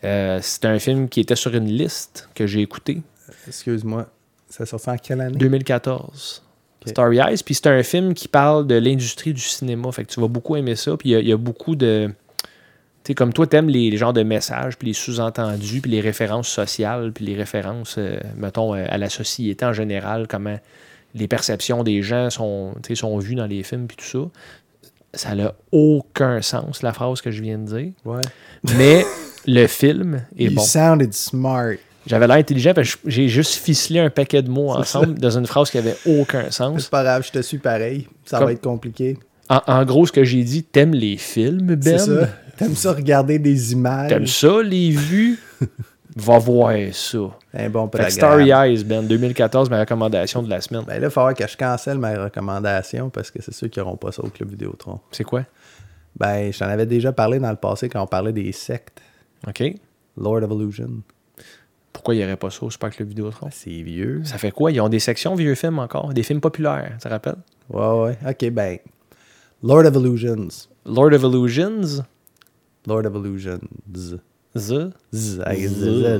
A: Euh, c'est un film qui était sur une liste que j'ai écouté.
E: Excuse-moi. Ça sortit en quelle année?
A: 2014. Starry Eyes. Puis c'est un film qui parle de l'industrie du cinéma. Fait que tu vas beaucoup aimer ça. Puis il y a- il y, a beaucoup de. Tu sais, comme toi, t'aimes les, les genres de messages, puis les sous-entendus, puis les références sociales, puis les références, euh, mettons, euh, à la société en général, comment les perceptions des gens sont, tu sais, sont vues dans les films, puis tout ça. Ça n'a aucun sens, la phrase que je viens de dire.
E: Ouais.
A: Mais le film est
E: you
A: bon.
E: sounded smart.
A: J'avais l'air intelligent parce que j'ai juste ficelé un paquet de mots ensemble dans une phrase qui avait aucun
E: C'est
A: sens.
E: pas grave, je te suis pareil. Ça
A: Comme-
E: va être compliqué.
A: En, en gros, ce que j'ai dit, t'aimes les films,
E: C'est ça.
A: Ben?
E: T'aimes ça regarder des images.
A: T'aimes ça, les [LAUGHS] vues? Va voir ça.
E: Un Ben, bon
A: Fait que
E: programme.
A: Starry Eyes, Ben, 2014, ma recommandation de la semaine.
E: Ben là, il va falloir que je cancelle ma recommandation parce que c'est ceux qui n'auront pas ça au Club Vidéotron.
A: C'est quoi?
E: Ben, j'en avais déjà parlé dans le passé quand on parlait des sectes.
A: OK.
E: Lord of Illusion.
A: Pourquoi il n'y aurait pas ça au Super Club Vidéotron?
E: C'est vieux.
A: Ça fait quoi? Ils ont des sections vieux films encore, des films populaires, tu te rappelles?
E: Ouais, ouais. Ok, ben. Lord of Illusions.
A: Lord of Illusions,
E: Lord of Illusions.
A: The...
E: Z,
A: Z-
E: avec z, z,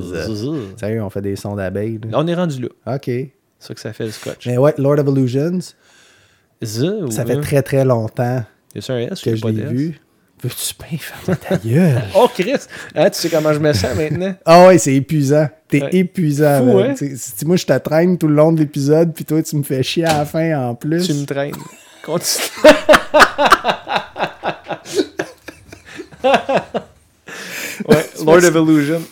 A: Z-
E: z.
A: Z.
E: Sérieux, on fait des sons d'abeilles. là.
A: On est rendu là.
E: Ok.
A: C'est ça que ça fait, le scotch.
E: Mais ouais, Lord of Illusions,
A: The ou
E: ça fait
A: un?
E: très très longtemps
A: Y a-tu un S ou y a
E: que je
A: Mhm. pas
E: l'ai
A: de S?
E: vu. Veux-tu bien fermer ta gueule?
A: Oh, Chris! Hein, tu sais comment je me sens [LAUGHS] maintenant?
E: Ah ouais, c'est épuisant. T'es
A: Ouais.
E: épuisant.
A: Fou,
E: man.
A: hein?
E: Tu- si- moi, je te traîne tout le long de l'épisode, puis toi, tu me fais chier à la fin en plus.
A: Tu me [LAUGHS] traînes. Continue. ouais, Lord of Illusion.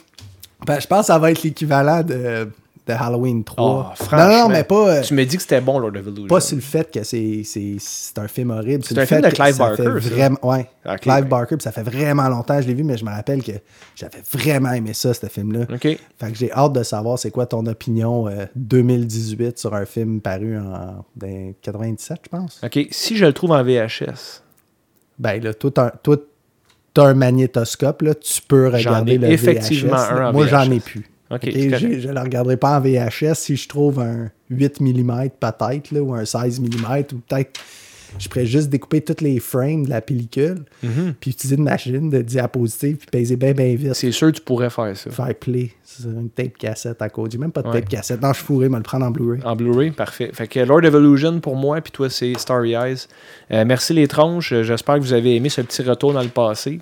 E: Ben, je pense que ça va être l'équivalent de, de Halloween 3.
A: Oh, franchement.
E: non, non, mais pas, euh,
A: Tu me dis que c'était bon, Lord of Illusion.
E: pas sur le fait que c'est, c'est, c'est un film horrible. sur
A: C'est
E: le
A: un film
E: fait
A: de
E: que
A: Clive
E: ça fait
A: Barker, ça.
E: Vraiment, ouais.
A: Ok,
E: Clive
A: ouais.
E: Barker, puis ça fait vraiment longtemps que je l'ai vu, mais je me rappelle que j'avais vraiment aimé ça, ce film-là.
A: OK.
E: Fait que j'ai hâte de savoir c'est quoi ton opinion euh, 2018 sur un film paru en dans 97, je pense.
A: OK, si je le trouve en VHS,
E: Ben là, toi, t'as, toi, t'as un magnétoscope, là, tu peux
A: J'en
E: regarder
A: ai
E: le
A: effectivement
E: VHS.
A: un en
E: Moi, j'en ai
A: VHS.
E: plus.
A: Ok,
E: Ok,
A: c'est
E: j'ai-
A: correct.
E: je ne le regarderai pas en VHS si je trouve un 8 mm peut-être, là, ou un 16 mm, ou peut-être je pourrais juste découper toutes les frames de la pellicule,
A: Mhm.
E: puis utiliser une machine de diapositive, puis peser bien, bien vite.
A: c'est sûr que tu pourrais faire ça.
E: Faire play sur une tape cassette à cause. J'ai même pas de
A: Ouais.
E: tape cassette. Non, je suis fourré, me le prendre en Blu-ray.
A: En Blu-ray, parfait. Fait que Lord of Illusion pour moi, puis toi, c'est Starry Eyes. Euh, merci les tronches. Euh, J'espère que vous avez aimé ce petit retour dans le passé.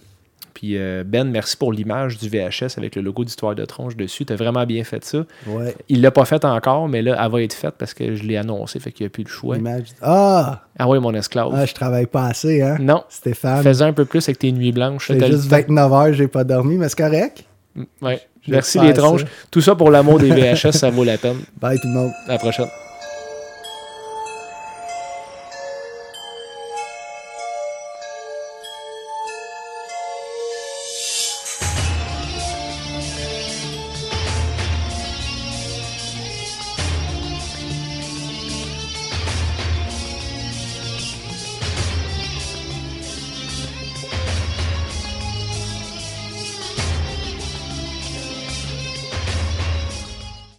A: Puis euh, Ben, merci pour l'image du VHS avec le logo d'Histoire de tronche dessus. T'as vraiment bien fait ça.
E: Ouais.
A: Il l'a pas faite encore, mais là, elle va être faite parce que je l'ai annoncé, fait qu'il n'y a plus le choix.
E: L'image- Ah!
A: Ah ouais, mon esclave.
E: Ah, je travaille pas assez, hein?
A: non.
E: Stéphane.
A: Fais-en un peu plus avec tes nuits blanches.
E: C'est
A: T'as le
E: juste
A: temps.
E: 29 heures, j'ai pas dormi, mais c'est correct.
A: Ouais.
E: Je vais
A: Merci
E: faire
A: les tronches.
E: ça.
A: Tout ça pour l'amour des VHS, ça vaut la peine.
E: Bye tout le monde.
A: À la prochaine.